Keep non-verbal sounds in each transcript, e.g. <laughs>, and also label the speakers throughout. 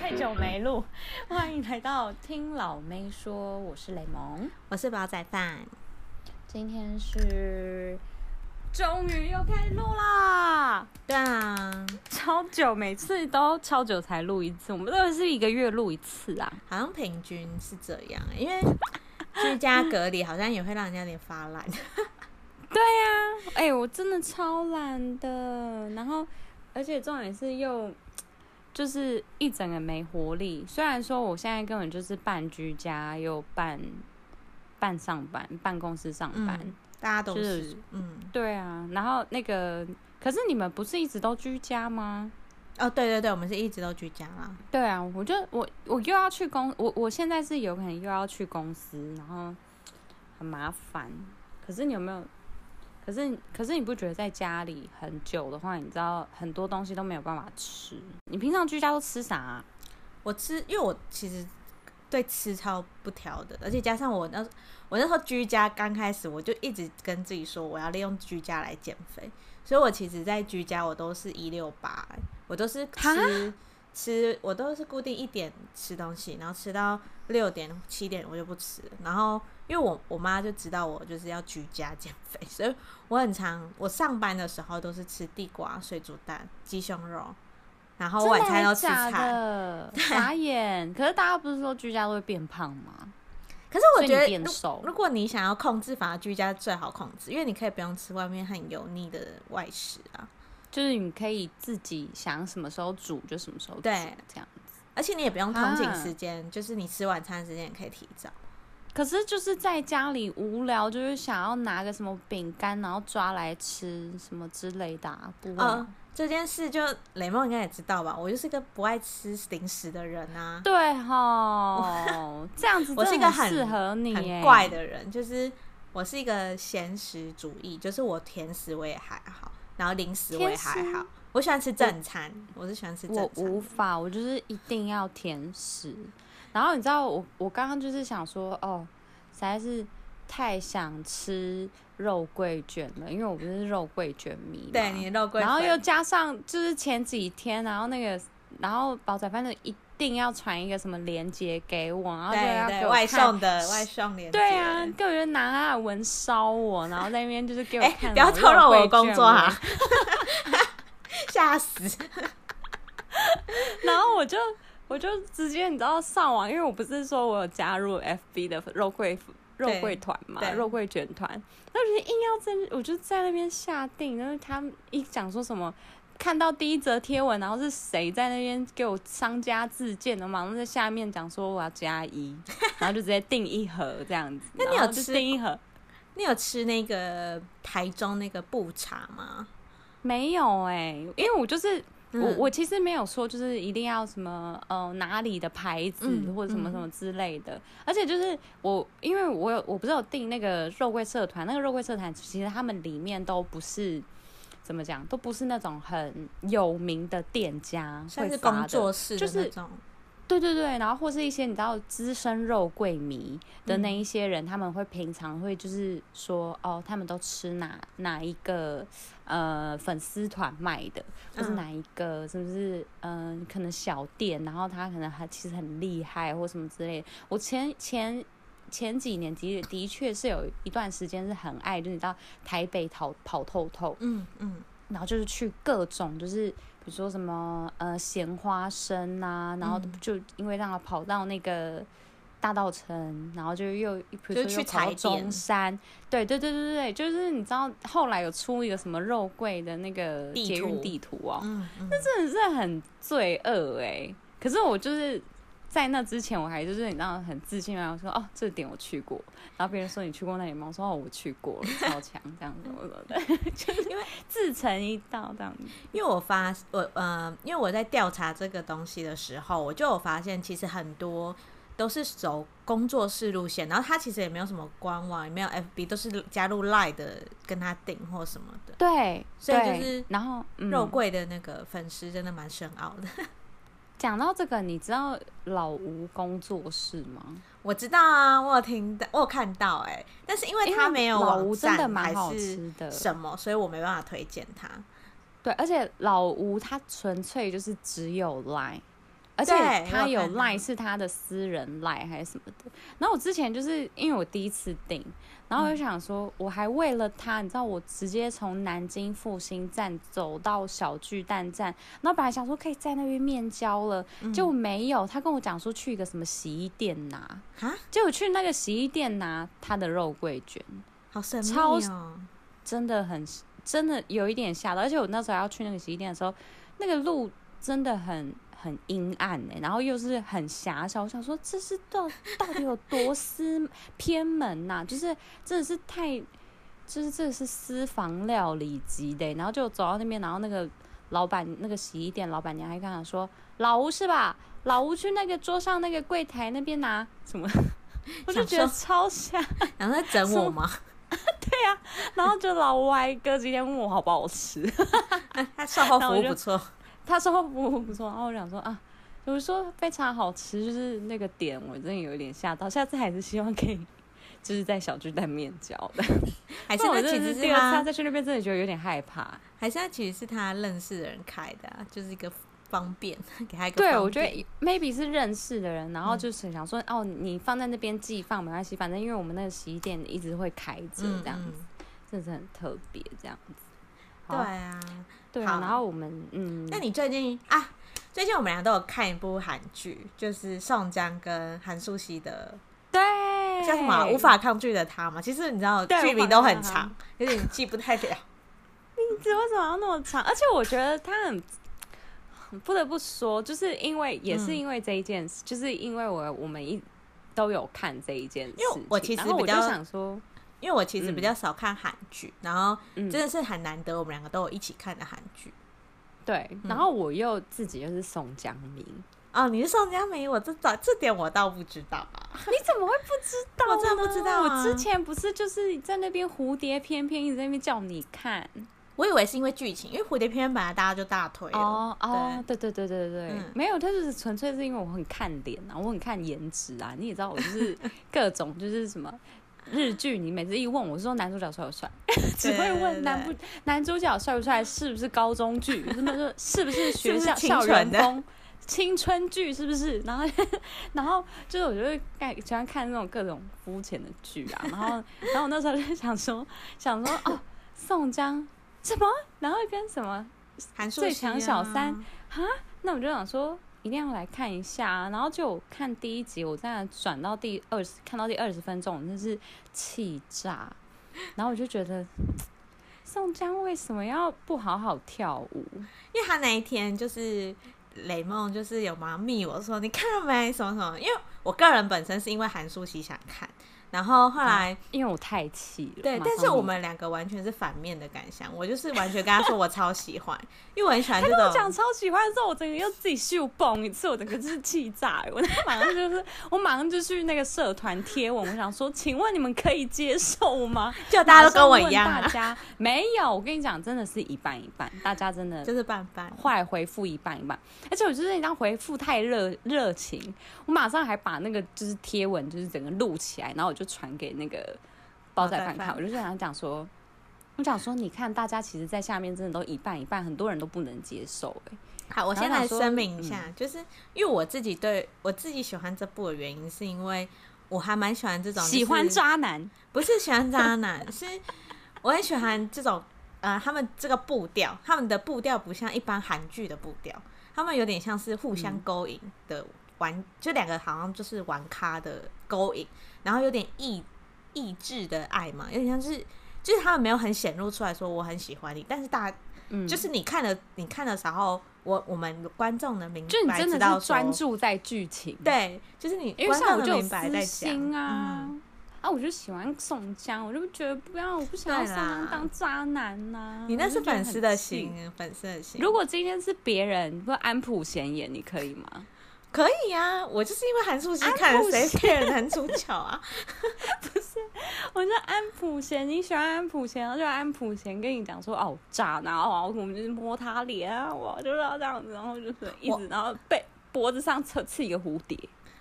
Speaker 1: 太久没录， <laughs> 欢迎来到听老妹说，我是雷蒙，
Speaker 2: 我是煲仔饭。
Speaker 1: 今天是终于又开始录啦，
Speaker 2: 对啊，
Speaker 1: 超久，每次都超久才录一次，我们都是一个月录一次啊，
Speaker 2: 好像平均是这样，因为居家隔离好像也会让人家有点发懒。
Speaker 1: 对呀、哎、我真的超懒的，然后而且重点是又就是一整个没活力。虽然说我现在根本就是半居家又半半上班，办公室 <laughs> 上班。
Speaker 2: 嗯大家都，
Speaker 1: 就是
Speaker 2: 嗯，
Speaker 1: 对啊，然后那个可是你们不是一直都居家吗？
Speaker 2: 哦，对对对，我们是一直都居家啦。
Speaker 1: 对啊，我就我我又要去公，我我现在是有可能又要去公司，然后很麻烦。可是你有没有？可是可是你不觉得在家里很久的话，你知道很多东西都没有办法吃。你平常居家都吃啥、啊？
Speaker 2: 我吃，因为我其实对吃超不挑的，而且加上我那我那时候居家刚开始，我就一直跟自己说我要利用居家来减肥，所以我其实在居家我都是一六八，我都是吃吃，我都是固定一点吃东西，然后吃到六点七点我就不吃了，然后因为我我妈就知道我就是要居家减肥，所以我很常我上班的时候都是吃地瓜、水煮蛋、鸡胸肉。然后晚餐要吃
Speaker 1: 真的还
Speaker 2: 菜，
Speaker 1: 假的，傻眼。可是大家不是说居家都会变胖吗？
Speaker 2: 可是我觉
Speaker 1: 所以
Speaker 2: 得
Speaker 1: 你变
Speaker 2: 如
Speaker 1: 瘦
Speaker 2: 如果你想要控制，反而居家最好控制，因为你可以不用吃外面很油腻的外食啊，
Speaker 1: 就是你可以自己想什么时候煮就什么时候煮，这
Speaker 2: 对
Speaker 1: 样。
Speaker 2: 而且你也不用通勤
Speaker 1: 啊
Speaker 2: 时间，就是你吃晚餐的时间也可以提早。
Speaker 1: 可是就是在家里无聊，就是想要拿个什么饼干，然后抓来吃什么之类的、啊，不会吗、
Speaker 2: 嗯，这件事就雷梦应该也知道吧？我就是个不爱吃零食的人啊，
Speaker 1: 对
Speaker 2: <laughs>
Speaker 1: 吼，这样子
Speaker 2: 我是
Speaker 1: 真
Speaker 2: 一
Speaker 1: 的
Speaker 2: 个
Speaker 1: 很
Speaker 2: 很
Speaker 1: 适合你耶
Speaker 2: 很怪的人，就是我是一个咸食主义，就是我甜食我也还好，然后零食我也还
Speaker 1: 甜
Speaker 2: 好
Speaker 1: 食，
Speaker 2: 我喜欢吃正餐，我是喜欢吃正
Speaker 1: 我
Speaker 2: 餐
Speaker 1: 无法，我就是一定要甜食。然后你知道我，我刚刚就是想说，哦，实在是太想吃肉桂卷了，因为我不是肉桂卷迷嘛。
Speaker 2: 对你的肉桂粉，
Speaker 1: 然后又加上就是前几天，然后那个，然后煲仔饭就一定要传一个什么链接给我，然后就
Speaker 2: 对
Speaker 1: 要给
Speaker 2: 对
Speaker 1: 我
Speaker 2: 外
Speaker 1: 看。
Speaker 2: 送的外送连
Speaker 1: 对
Speaker 2: 接
Speaker 1: 啊，根本就拿他的文烧我，然后在那边就是给我
Speaker 2: 哎、
Speaker 1: 看、
Speaker 2: 不要透露我的工作
Speaker 1: 啊！ <laughs>
Speaker 2: 啊！ <laughs> 吓死！
Speaker 1: 然后我就我就直接你知道上网，因为我不是说我有加入 FB 的肉桂肉
Speaker 2: 对
Speaker 1: 桂团嘛，
Speaker 2: 对
Speaker 1: 肉桂卷团，那我就硬要在，我就在那边下定，然后他们一讲说什么。看到第一则贴文，然后是谁在那边给我商家自荐的，我马上在下面讲说我要加一，然后就直接订一盒这样子。
Speaker 2: <laughs> 那你有
Speaker 1: 然后就
Speaker 2: 吃
Speaker 1: 订一盒？
Speaker 2: 你有吃那个台中那个布茶吗？
Speaker 1: 没有哎、因为我就是、我
Speaker 2: 嗯
Speaker 1: 我其实没有说就是一定要什么呃哪里的牌子、
Speaker 2: 嗯
Speaker 1: 或者什么
Speaker 2: 嗯
Speaker 1: 什么之类的，而且就是我因为我有我不是有订那个肉桂社团，那个肉桂社团其实他们里面都不是。怎么讲都不是那种很有名的店家
Speaker 2: 算
Speaker 1: 会
Speaker 2: 是
Speaker 1: 发的
Speaker 2: 工作室的
Speaker 1: 就是
Speaker 2: 那种，
Speaker 1: 对对对，然后或是一些你知道资深肉桂迷的那一些人，他们会平常会就是说哦，他们都吃哪哪一个呃粉丝团卖的，或是
Speaker 2: 嗯
Speaker 1: 哪一个是不是嗯、呃可能小店，然后他可能还其实很厉害或什么之类的。我前前。前几年的的确是有一段时间是很爱，就是你到台北跑跑透透，
Speaker 2: 嗯嗯，
Speaker 1: 然后就是去各种，就是比如说什么呃咸花生啊，然后
Speaker 2: 嗯
Speaker 1: 就因为让他跑到那个大道城，然后就又比如说
Speaker 2: 就是去
Speaker 1: 又跑到
Speaker 2: 踩点
Speaker 1: 中山，对对对对对，就是你知道后来有出一个什么肉桂的那个
Speaker 2: 地
Speaker 1: 捷运
Speaker 2: 图
Speaker 1: 地图哦，
Speaker 2: 嗯嗯，
Speaker 1: 真的是很罪恶哎、可是我就是。在那之前，我还就是你知道很自信嘛，我说哦这点我去过，然后别人说你去过那里吗？我说哦我去过了，超强这样子，我说对， <laughs> 就是因为自成一道这样子。
Speaker 2: 因为我发我呃，因为我在调查这个东西的时候，我就有发现，其实很多都是走工作室路线，然后它其实也没有什么官网，也没有 FB，都是加入 Line 的跟他订或什么的。
Speaker 1: 对，
Speaker 2: 所以
Speaker 1: 对
Speaker 2: 就是
Speaker 1: 然后、嗯、
Speaker 2: 肉桂的那个粉丝真的蛮深奥的。
Speaker 1: 讲到这个，你知道老吴工作室吗？
Speaker 2: 我知道啊，我有听到，我有看到哎、但是因为他没有
Speaker 1: 因为老
Speaker 2: 网
Speaker 1: 吴真的
Speaker 2: 站
Speaker 1: 蛮
Speaker 2: 还
Speaker 1: 好
Speaker 2: 是
Speaker 1: 吃的，
Speaker 2: 什么，所以我没办法推荐他。
Speaker 1: 对，而且老吴他纯粹就是只有 Line，而且
Speaker 2: 对
Speaker 1: 他
Speaker 2: 我有
Speaker 1: 有
Speaker 2: 看到
Speaker 1: 赖是他的私人赖还是什么的。然后我之前就是因为我第一次订，然后我
Speaker 2: 嗯
Speaker 1: 就想说，我还为了他，你知道我直接从南京复兴站走到小巨蛋站，然后本来想说可以在那边面交了，结
Speaker 2: 嗯
Speaker 1: 果没有。他跟我讲说去一个什么洗衣店拿，
Speaker 2: 啊，
Speaker 1: 结果去那个洗衣店拿他的肉桂卷，
Speaker 2: 好神秘 <laughs>
Speaker 1: 超
Speaker 2: 哦！
Speaker 1: 真的很真的有一点吓到，而且我那时候要去那个洗衣店的时候，那个路真的很很阴暗哎、然后又是很狭小，我想说这是到到底有多私偏门呐、就是真的是太就是这是私房料理级的欸、然后就走到那边，然后那个老板那个洗衣店老板娘还跟他说老吴是吧？老吴去那个桌上那个柜台那边拿什么？ <laughs> 我就
Speaker 2: 想
Speaker 1: 觉得
Speaker 2: 说
Speaker 1: 超吓
Speaker 2: 然后在整
Speaker 1: <laughs>
Speaker 2: 我吗？
Speaker 1: 然后就老歪哥今天问我好不好吃，
Speaker 2: 他售后服
Speaker 1: 那我
Speaker 2: 务
Speaker 1: 就
Speaker 2: 不错，
Speaker 1: 他说不不错，然后我想说啊，我说非常好吃，就是那个点我真的有一点吓到，下次还是希望可以就是在小巨蛋面
Speaker 2: <laughs>
Speaker 1: 交的，
Speaker 2: 还是
Speaker 1: 不然我
Speaker 2: 那其
Speaker 1: 真的
Speaker 2: 实
Speaker 1: 是
Speaker 2: 是
Speaker 1: 第二
Speaker 2: 他
Speaker 1: 次再去那边真的觉得有点害怕。
Speaker 2: 还是他其实是他认识的人开的、啊，就是一个方便， <laughs> 给他一个方便。
Speaker 1: 对，我觉得 maybe 是认识的人，然后就是想说、哦，你放在那边寄放没关系，反正因为我们那个洗衣店一直会开着，
Speaker 2: 嗯
Speaker 1: 这样子、
Speaker 2: 嗯
Speaker 1: 真的是很特别这样子。
Speaker 2: 对
Speaker 1: 好
Speaker 2: 啊。
Speaker 1: 对啊，
Speaker 2: 好
Speaker 1: 然后我们嗯，
Speaker 2: 那你最近啊，最近我们俩都有看一部韩剧，就是宋江跟韩素汐的
Speaker 1: 对
Speaker 2: 叫什么啊、无法抗拒的他》嘛。其实你知道
Speaker 1: 对
Speaker 2: 剧
Speaker 1: 无
Speaker 2: 名
Speaker 1: 法
Speaker 2: 都
Speaker 1: 抗拒的
Speaker 2: 很
Speaker 1: 她
Speaker 2: 长，有点记不太了。
Speaker 1: <laughs> 这为什么要那么长？而且我觉得他很，不得不说，就是因为也
Speaker 2: 嗯
Speaker 1: 是因为这一件事，就是因为我我们一都有看这一件事情，
Speaker 2: 因为我其实
Speaker 1: 然后我
Speaker 2: 比
Speaker 1: 就
Speaker 2: 较
Speaker 1: 想说，
Speaker 2: 因为我其实比
Speaker 1: 嗯
Speaker 2: 较少看韩剧，然后
Speaker 1: 嗯
Speaker 2: 真的是很难得我们两个都有一起看的韩剧。
Speaker 1: 对，
Speaker 2: 嗯
Speaker 1: 然后我又自己又是宋江迷，
Speaker 2: 哦，你是宋佳明，我这早这点我倒不知道啊。
Speaker 1: 你怎么会不知道呢？
Speaker 2: 我真的不知道啊
Speaker 1: 我之前不是就是在那边蝴蝶翩翩一直在那边叫你看，
Speaker 2: 我以为是因为剧情，因为蝴蝶翩翩本来大家就大推了
Speaker 1: 哦哦，对对对对对，
Speaker 2: 嗯
Speaker 1: 没有，他就是纯粹是因为我很看脸啊，我很看颜值啊，你也知道我就是
Speaker 2: <laughs>
Speaker 1: 各种就是什么。日剧，你每次一问我说男主角帅不
Speaker 2: <laughs>
Speaker 1: 帅，只会
Speaker 2: 对对
Speaker 1: 问男不男主角帅不帅，是不是高中剧，什么说是不是学校
Speaker 2: <laughs> 是不是青
Speaker 1: 校园
Speaker 2: 春的
Speaker 1: 风，青春剧是不是？然后 <laughs> 然后就是我就会看喜欢看那种各种肤浅的剧啊，然后然后我那时候就想说想说哦宋江什么，然后跟什么
Speaker 2: 韩素
Speaker 1: 最
Speaker 2: 汐
Speaker 1: 强
Speaker 2: 啊
Speaker 1: 小三，那我就想说一定要来看一下、啊，然后就看第一集，我在转到第二十，看到第二十分钟，我真是气炸，然后我就觉得宋江为什么要不好好跳舞？
Speaker 2: 因为他那一天就是雷梦，就是有妈密我说你看了没什么什么，因为我个人本身是因为韩素汐想看，然后后来、
Speaker 1: 因为我太气了。
Speaker 2: 对，
Speaker 1: 马
Speaker 2: 但是
Speaker 1: 上
Speaker 2: 我们两个完全是反面的感想，我就是完全跟他说我超喜欢，因为我很喜欢这
Speaker 1: 我讲
Speaker 2: 种。
Speaker 1: 超喜欢的时候，我整个又自己秀蹦一次，我整个就是气炸欸了。我那马上就是，我马上就去那个社团贴文，我想说，请问你们可以接受吗？
Speaker 2: 就大家都跟我一样
Speaker 1: 马上问大
Speaker 2: 啊，
Speaker 1: 家没有，我跟你讲，真的是一半一半，大家真的
Speaker 2: 就是半半。
Speaker 1: 坏回复一半一半，而且我就是你知道回复太热热情，我马上还把那个就是贴文就是整个录起来，然后我就传给那个煲仔饭看，
Speaker 2: 煲仔饭
Speaker 1: 我就跟他讲说，我讲说你看大家其实，在下面真的都一半一半，很多人都不能接受、欸，
Speaker 2: 好，我
Speaker 1: 然后
Speaker 2: 先来
Speaker 1: 想说嗯
Speaker 2: 声明一下，就是因为我自己对我自己喜欢这部的原因，是因为我还蛮喜欢这种、
Speaker 1: 喜欢
Speaker 2: 渣，
Speaker 1: 渣男，
Speaker 2: 不是喜欢渣男， <laughs> 是我很喜欢这种呃，他们这个步调，他们的步调不像一般韩剧的步调，他们有点像是互相勾引的玩，就两个好像就是玩咖的勾引，然后有点意意志的爱嘛，有点像是。就是他们没有很显露出来说我很喜欢你，但是大家
Speaker 1: 嗯，
Speaker 2: 就是你看了你看的时候，我我们观众能明白，
Speaker 1: 就你真的
Speaker 2: 知道
Speaker 1: 是专
Speaker 2: 说，
Speaker 1: 注在剧情，，
Speaker 2: 对，就是你
Speaker 1: 因为
Speaker 2: 观
Speaker 1: 像我
Speaker 2: 众能
Speaker 1: 就有
Speaker 2: 明白在
Speaker 1: 私
Speaker 2: 讲
Speaker 1: 心啊。
Speaker 2: 嗯
Speaker 1: 啊，我就喜欢宋江，我就觉得不要，我不想要
Speaker 2: 对
Speaker 1: 宋
Speaker 2: 啦
Speaker 1: 江当渣男呐、
Speaker 2: 你那
Speaker 1: 我就是觉得
Speaker 2: 粉
Speaker 1: 很
Speaker 2: 丝的
Speaker 1: 气
Speaker 2: 心，粉丝的心。
Speaker 1: 如果今天是别人，不安普贤演，你可以吗？
Speaker 2: 可以啊，我就是因为韩素汐看了谁骗人男主角啊，
Speaker 1: 我觉得安普贤，你喜欢安普贤，然后就安普贤跟你讲说哦渣男哦，我们就是摸他脸啊，我就是要这样子，然后就是一
Speaker 2: 我
Speaker 1: 直然后被脖子上刺刺一个蝴蝶，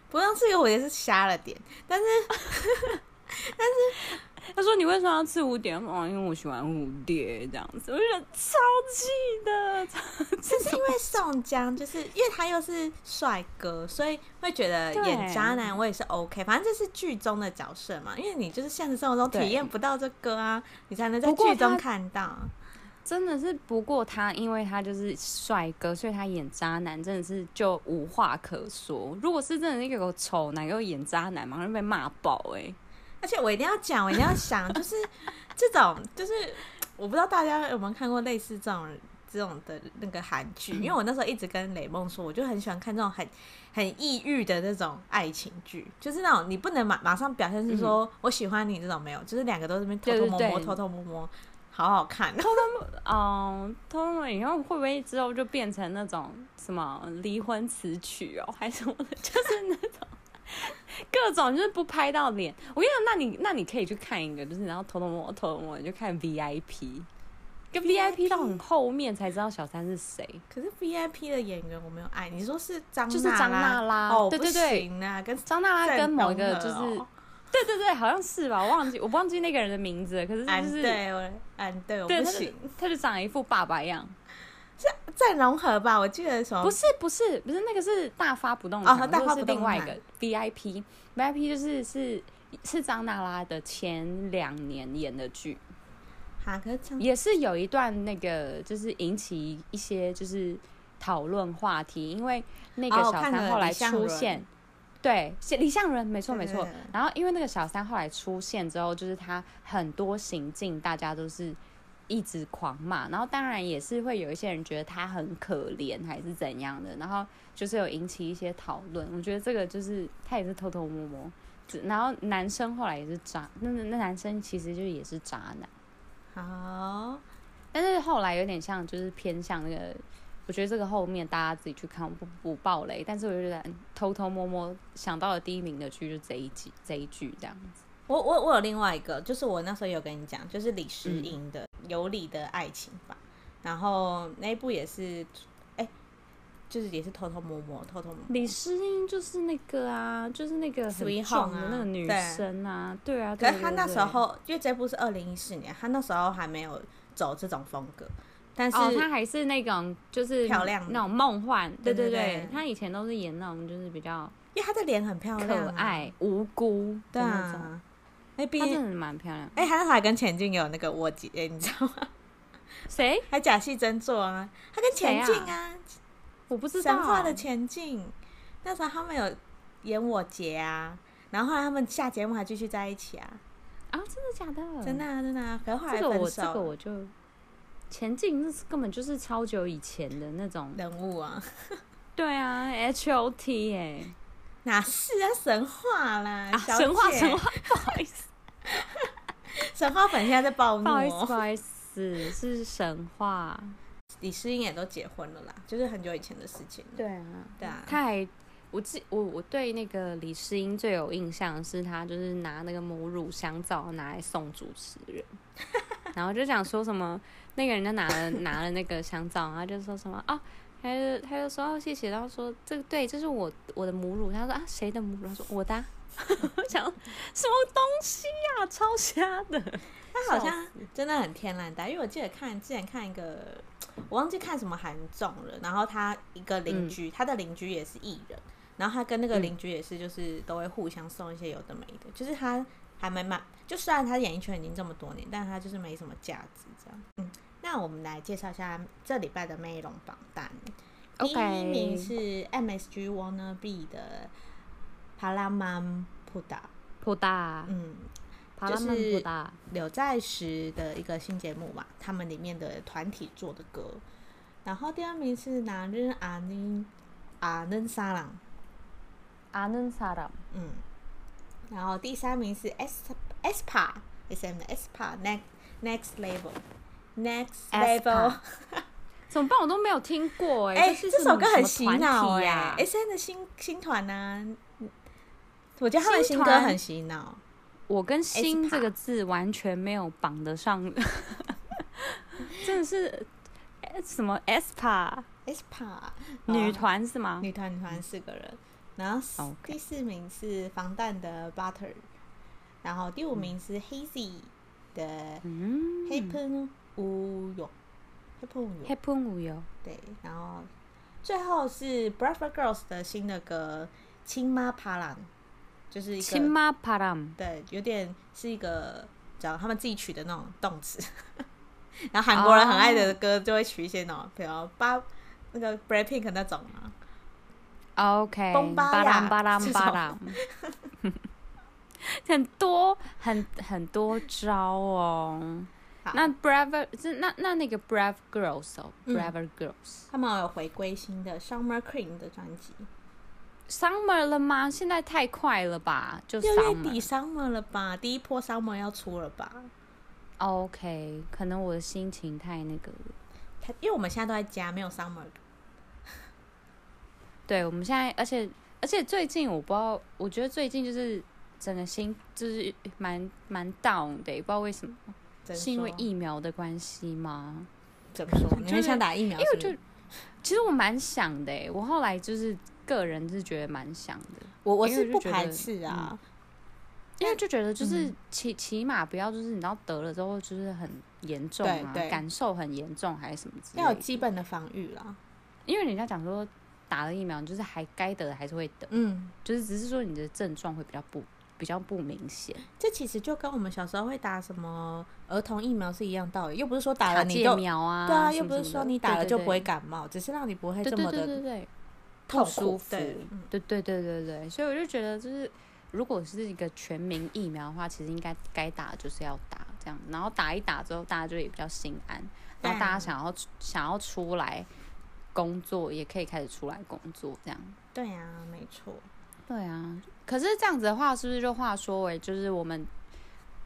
Speaker 2: 不让这个我也是瞎了点，但是
Speaker 1: 他说你为什么要吃五点？哦，因为我喜欢蝴蝶这样子，我就觉得超气的。
Speaker 2: 就是因为宋江，就是因为他又是帅哥，所以会觉得
Speaker 1: 对
Speaker 2: 演渣男我也是 OK。反正这是剧中的角色嘛，因为你就是现实生活中
Speaker 1: 对
Speaker 2: 体验不到这个啊，你才能在
Speaker 1: 不过
Speaker 2: 剧中
Speaker 1: 他
Speaker 2: 看到。
Speaker 1: 真的是，不过他因为他就是帅哥，所以他演渣男真的是就无话可说。如果是真的那个丑男又演渣男，马上被骂爆哎、
Speaker 2: 而且我一定要讲，我一定要
Speaker 1: <laughs>
Speaker 2: 想，就是这种，就是我不知道大家有没有看过类似这种这种的那个韩
Speaker 1: 嗯
Speaker 2: 剧，因为我那时候一直跟雷梦说，我就很喜欢看这种很很抑郁的那种爱情剧，就是那种你不能马马上表现是说我喜欢你这种没有，就是两个都是那边偷偷摸
Speaker 1: 嗯对对
Speaker 2: 摸、
Speaker 1: 对
Speaker 2: 偷偷摸摸，好好看。
Speaker 1: 哦，他们以后会不会之后就变成那种什么离婚词曲哦，还是什么的，就是那种各种就是不拍到脸。我跟你讲，那你那你可以去看一个，就是然后偷偷摸摸偷偷摸摸，你就
Speaker 2: <laughs>
Speaker 1: 看 VIP，跟
Speaker 2: VIP
Speaker 1: VIP 到很后面才知道小三是谁，
Speaker 2: 可是 VIP 的演员我没有爱，你说是张
Speaker 1: 就是张
Speaker 2: 娜
Speaker 1: 娜
Speaker 2: 拉
Speaker 1: 拉，
Speaker 2: 哦，
Speaker 1: 对对
Speaker 2: 不
Speaker 1: 对，
Speaker 2: 行啊，跟
Speaker 1: 张娜拉跟
Speaker 2: 郑
Speaker 1: 某一个
Speaker 2: 容
Speaker 1: 就
Speaker 2: 和
Speaker 1: 是。
Speaker 2: 哦
Speaker 1: 对对对，好像是吧，我忘记我忘记那个人的名字了，可是
Speaker 2: 安
Speaker 1: 就是
Speaker 2: 对，我安对我
Speaker 1: 对
Speaker 2: 不
Speaker 1: 他就
Speaker 2: 行，
Speaker 1: 他就长得一副爸爸样，
Speaker 2: 郑容和吧，我记得什么
Speaker 1: 不是不是不是，那个是大发不动
Speaker 2: 哦
Speaker 1: 产，
Speaker 2: 大发
Speaker 1: 我说的是
Speaker 2: 不动
Speaker 1: 另外一
Speaker 2: 产
Speaker 1: 个 VIP，VIP 就是是是张娜拉的前两年演的剧，
Speaker 2: 哈，可是张
Speaker 1: 也是有一段那个就是引起一些就是讨论话题，因为那个
Speaker 2: 哦
Speaker 1: 小
Speaker 2: 我看了
Speaker 1: 三后来
Speaker 2: 李相
Speaker 1: 出
Speaker 2: 伦
Speaker 1: 现，对，是李相人，没错
Speaker 2: 对
Speaker 1: 没
Speaker 2: 对
Speaker 1: 错
Speaker 2: 对。
Speaker 1: 然后因为那个小三后来出现之后，就是他很多行径，大家都是一直狂骂，然后当然也是会有一些人觉得他很可怜还是怎样的，然后就是有引起一些讨论。我觉得这个就是他也是偷偷摸摸。只然后男生后来也是渣，那那那男生其实就也是渣男。
Speaker 2: 好，
Speaker 1: 但是后来有点像，就是偏向那个，我觉得这个后面大家自己去看，我不不爆雷。但是我就觉得嗯偷偷摸摸想到了第一名的剧就这一集这一句这样子。
Speaker 2: 我我我有另外一个，就是我那时候有跟你讲，就是李诗莹的《有理的爱情》吧，然后那一部也是，哎、就是也是偷偷摸摸，偷偷摸摸。
Speaker 1: 李诗英就是那个啊，就是那个
Speaker 2: Sweet
Speaker 1: 很壮
Speaker 2: Home 啊
Speaker 1: 的那个女生啊，对啊。
Speaker 2: 可
Speaker 1: 对
Speaker 2: 是他
Speaker 1: 对
Speaker 2: 那
Speaker 1: 对
Speaker 2: 时候，因为这部是二零一四年，他那时候还没有走这种风格，但是、
Speaker 1: 哦，她还是那种就是
Speaker 2: 漂亮
Speaker 1: 那种梦幻，对
Speaker 2: 对
Speaker 1: 对
Speaker 2: 对
Speaker 1: 对
Speaker 2: 对，
Speaker 1: 她以前都是演那种就是比较
Speaker 2: 因为他的脸很漂亮、啊
Speaker 1: 可，爱无辜
Speaker 2: 对
Speaker 1: 的那种，
Speaker 2: 啊，哎、毕
Speaker 1: 她
Speaker 2: 竟，
Speaker 1: 真的蛮漂亮。
Speaker 2: 哎、他那时候还跟钱进有那个我姐，你知道吗？
Speaker 1: 谁？
Speaker 2: 还假戏真做啊，他跟钱进啊，
Speaker 1: 我不知道。
Speaker 2: 神话的前进。那时候他们有演我节啊，然后后来他们下节目还继续在一起啊，
Speaker 1: 啊，真的假的？
Speaker 2: 真的啊，真的啊。可是后来
Speaker 1: 这个
Speaker 2: 分
Speaker 1: 我
Speaker 2: 手
Speaker 1: 这
Speaker 2: 了，
Speaker 1: 个我就前进，那是根本就是超久以前的那种。
Speaker 2: 人物啊， <laughs>
Speaker 1: 对啊，H O T 哎、
Speaker 2: 哪是啊，神话啦，
Speaker 1: 啊，
Speaker 2: 小
Speaker 1: 神话
Speaker 2: 姐
Speaker 1: 神，话，不好意
Speaker 2: <laughs>
Speaker 1: 思，
Speaker 2: 神话粉现在在暴
Speaker 1: 不
Speaker 2: 怒
Speaker 1: 好意思，不
Speaker 2: 哦。
Speaker 1: 好意思，是神话。
Speaker 2: 李诗颖也都结婚了啦，就是很久以前的事情了。
Speaker 1: 对啊，
Speaker 2: 对啊，
Speaker 1: 他还我记我我对那个李诗英最有印象的是，她就是拿那个母乳香皂拿来送主持人，然后就讲说什么那个人就拿了拿了那个香皂，然后就说什么哦。他就他就说、哦、谢谢，然后说这个对，这是我我的母乳。他说啊，谁的母乳？他说我的啊、 <laughs> 我想什么东西呀、超瞎的。
Speaker 2: 他好像
Speaker 1: 笑
Speaker 2: 真的很天然呆，因为我记得看之前看一个，我忘记看什么韩综了，然后他一个邻居，他的邻居也是艺人，然后他跟那个
Speaker 1: 嗯
Speaker 2: 邻居也是，就是都会互相送一些有的没的，就是他还蛮蛮，就虽然他演艺圈已经这么多年，但他就是没什么价值这样。嗯，那我们来介绍一下这礼拜的魅龙榜单，第
Speaker 1: OK
Speaker 2: 一名是 MSG Wanna Be 的帕拉曼普达，
Speaker 1: 普达，
Speaker 2: 嗯，
Speaker 1: 帕拉曼
Speaker 2: 就是
Speaker 1: 普达，
Speaker 2: 柳在石的一个新节目嘛，他们里面的团体做的歌。然后第二名是哪日阿尼阿嫩沙朗，
Speaker 1: 阿嫩萨拉，
Speaker 2: 嗯，然后第三名是 S SPA SM 的 SPA Next Next Level Next
Speaker 1: SPA
Speaker 2: Level，
Speaker 1: 怎么办？我都没有听过哎、
Speaker 2: <laughs> 哎、
Speaker 1: 是
Speaker 2: 这
Speaker 1: 什
Speaker 2: 首
Speaker 1: 么
Speaker 2: 歌很洗脑哎、
Speaker 1: 呀、
Speaker 2: SM 的新新团呐、我觉得他们新
Speaker 1: 新
Speaker 2: 歌
Speaker 1: 团
Speaker 2: 很洗脑。
Speaker 1: 我跟“新
Speaker 2: SPA ”
Speaker 1: 这个字完全没有绑得
Speaker 2: <laughs>
Speaker 1: 上，真的是呃什么 SPA
Speaker 2: SPA
Speaker 1: 女
Speaker 2: 团。
Speaker 1: 团是吗？
Speaker 2: 哦女团女团四个人，然后四
Speaker 1: OK
Speaker 2: 第四名是防弹的 Butter，然后第五名是 Hazy 的
Speaker 1: 嗯
Speaker 2: Happen 乌有 Happen 乌有
Speaker 1: 黑喷无油，
Speaker 2: 对，然后最后是 Bravo Girls 的新的歌《亲妈帕朗》，就是一
Speaker 1: 亲
Speaker 2: 个
Speaker 1: 妈帕朗，
Speaker 2: 对，有点是一个找他们自己取的那种动词。 <laughs> 然后韩国人很爱的歌就会取一些那种，比如八那个 Blackpink 那种啊，
Speaker 1: OK，
Speaker 2: 崩巴呀
Speaker 1: 拉巴拉
Speaker 2: 这种
Speaker 1: 巴拉， <laughs> 很多很很多招哦
Speaker 2: 好。
Speaker 1: 那 Bravo 这那那那个 Brave Girls 哦、
Speaker 2: 嗯
Speaker 1: b r a v e Girls
Speaker 2: 他们有回归新的 Summer Cream 的专辑，
Speaker 1: Summer 了吗？现在太快了吧，就
Speaker 2: 六月底
Speaker 1: Summer。
Speaker 2: Summer 了吧，第一波 Summer 要出了吧？
Speaker 1: OK，可能我的心情太那个了。
Speaker 2: 它因为我们现在都在家，没有 Summer
Speaker 1: 对，我们现在，而且而且最近我不知道，我觉得最近就是整个心就是蛮蛮 down 的，也欸不知道为什么，
Speaker 2: 怎么
Speaker 1: 是因为
Speaker 2: 说
Speaker 1: 疫苗的关系吗？
Speaker 2: 怎么说？
Speaker 1: 就
Speaker 2: 你
Speaker 1: 是
Speaker 2: 们想打疫苗
Speaker 1: 因为
Speaker 2: 是
Speaker 1: 我
Speaker 2: 不是？
Speaker 1: 就其实我蛮想的欸，我后来就是个人是觉得蛮想的，
Speaker 2: 我我
Speaker 1: 因
Speaker 2: 是
Speaker 1: 为
Speaker 2: 不
Speaker 1: 我就觉
Speaker 2: 排
Speaker 1: 得嗯
Speaker 2: 斥啊，
Speaker 1: 因为就觉得
Speaker 2: 嗯
Speaker 1: 就是起起码不要就是你知道得了之后就是很严重啊
Speaker 2: 对对，
Speaker 1: 感受很严重还是什么之类
Speaker 2: 要有
Speaker 1: 的，
Speaker 2: 基本的防御啦。
Speaker 1: 因为人家讲说打了疫苗你就是还该得的还是会得，
Speaker 2: 嗯，
Speaker 1: 就是只是说你的症状会比较不比较不明显，
Speaker 2: 这其实就跟我们小时候会打什么儿童疫苗是一样道理，又不是说打了
Speaker 1: 卡
Speaker 2: 你
Speaker 1: 介
Speaker 2: 就
Speaker 1: 苗啊，
Speaker 2: 对啊，
Speaker 1: 什
Speaker 2: 又
Speaker 1: 么
Speaker 2: 不是
Speaker 1: 什么
Speaker 2: 说
Speaker 1: 的
Speaker 2: 你打了
Speaker 1: 对
Speaker 2: 就
Speaker 1: 对
Speaker 2: 不会
Speaker 1: 对
Speaker 2: 感冒，只是让你不会
Speaker 1: 对
Speaker 2: 这
Speaker 1: 对
Speaker 2: 么
Speaker 1: 对
Speaker 2: 的
Speaker 1: 对对。
Speaker 2: 痛
Speaker 1: 不
Speaker 2: 苦
Speaker 1: 舒服
Speaker 2: 对嗯
Speaker 1: 对对对对对，所以我就觉得，就是如果是一个全民疫苗的话，其实应该该打就是要打这样，然后打一打之后，大家就也比较心安，然后大家
Speaker 2: 但
Speaker 1: 想要想要出来工作，也可以开始出来工作这样。
Speaker 2: 对啊，没错。
Speaker 1: 对啊，可是这样子的话，是不是就话说回，就是我们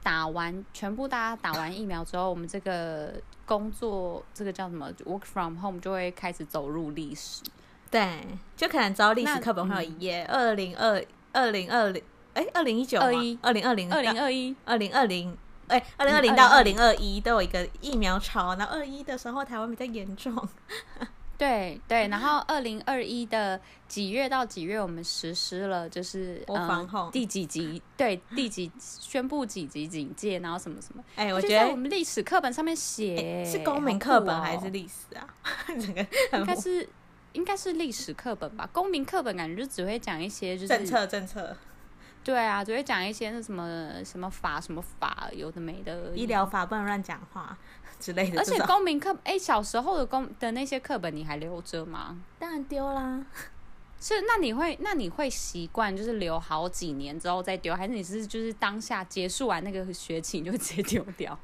Speaker 1: 打完全部大家打完疫苗之后，我们这个工作这个叫什么 work from home 就会开始走入历史。
Speaker 2: 对，就可能招历史
Speaker 1: 那
Speaker 2: 课本会有
Speaker 1: 嗯
Speaker 2: 一页二零二二零二零，哎，二零一九
Speaker 1: 21
Speaker 2: 二零二零
Speaker 1: 二零二一
Speaker 2: 二零二零。哎，二零二零
Speaker 1: 2020
Speaker 2: 到二零二一都有一个疫苗潮，那二一的时候台湾比较严重，
Speaker 1: 对对，
Speaker 2: 嗯
Speaker 1: 然后二零二一的几月到几月，我们实施了就是
Speaker 2: 我防控
Speaker 1: 呃、第几级，对第几宣布几级警戒，然后什么什么，
Speaker 2: <laughs> <laughs> 哎，我
Speaker 1: 就
Speaker 2: 觉
Speaker 1: 在
Speaker 2: 得
Speaker 1: 我们历史课本上面写、
Speaker 2: 欸是公民
Speaker 1: 好
Speaker 2: 课
Speaker 1: 酷
Speaker 2: 本
Speaker 1: 哦
Speaker 2: 还是历史啊？ <laughs> 整个
Speaker 1: 应
Speaker 2: 很哦
Speaker 1: 该是应该是历史课本吧？公民课本感觉就只会讲一些就是
Speaker 2: 政策政策，
Speaker 1: 对啊，只会讲一些那什么什么法什么法，有的没的而已
Speaker 2: 医疗法不能乱讲话之类的
Speaker 1: 而
Speaker 2: 这种。
Speaker 1: 且公民课，哎、小时候的公的那些课本你还留着吗？
Speaker 2: 当然丢啦，
Speaker 1: 是，那你会，那你会习惯就是留好几年之后再丢，还是你是就是当下结束完那个学期你就直接丢掉？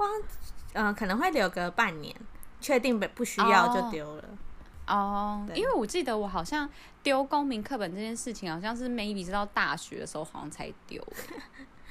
Speaker 2: 嗯、可能会留个半年，确定不不需要就
Speaker 1: 哦
Speaker 2: 丢了。
Speaker 1: 哦、
Speaker 2: 对
Speaker 1: 因为我记得我好像丢公民课本这件事情，好像是 maybe 是到大学的时候好像才丢、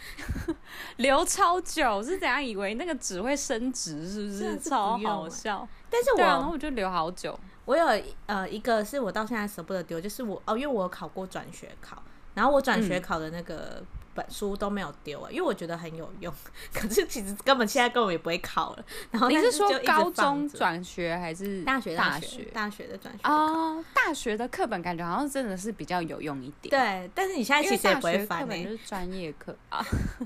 Speaker 1: <laughs> 留超久是怎样？以为那个纸会升值是不
Speaker 2: 真
Speaker 1: 是？
Speaker 2: 的是
Speaker 1: 超
Speaker 2: 不用
Speaker 1: 好
Speaker 2: 欸
Speaker 1: 笑。
Speaker 2: 但是
Speaker 1: 对啊，然后
Speaker 2: 我
Speaker 1: 我就留好久。
Speaker 2: 我有呃一个是我到现在舍不得丢，就是我哦，因为我有考过转学考，然后我转学
Speaker 1: 嗯
Speaker 2: 考的那个本书都没有丢啊，因为我觉得很有用， <laughs> 可是其实根本现在根本也不会考了。然后
Speaker 1: 你
Speaker 2: 但
Speaker 1: 是
Speaker 2: 是
Speaker 1: 说
Speaker 2: 就一直
Speaker 1: 高
Speaker 2: 放
Speaker 1: 中
Speaker 2: 着
Speaker 1: 转学还是
Speaker 2: 大学
Speaker 1: 大
Speaker 2: 学
Speaker 1: 学？
Speaker 2: 大学的转学考？
Speaker 1: 哦，大学的课本感觉好像真的是比较有用一点。
Speaker 2: 对，但是你现在
Speaker 1: 因
Speaker 2: 其
Speaker 1: 为
Speaker 2: 实也
Speaker 1: 大
Speaker 2: 不
Speaker 1: 学
Speaker 2: 会
Speaker 1: 课
Speaker 2: 翻欸
Speaker 1: 本
Speaker 2: 呢、
Speaker 1: 就是专业课
Speaker 2: <laughs>
Speaker 1: 啊， <laughs>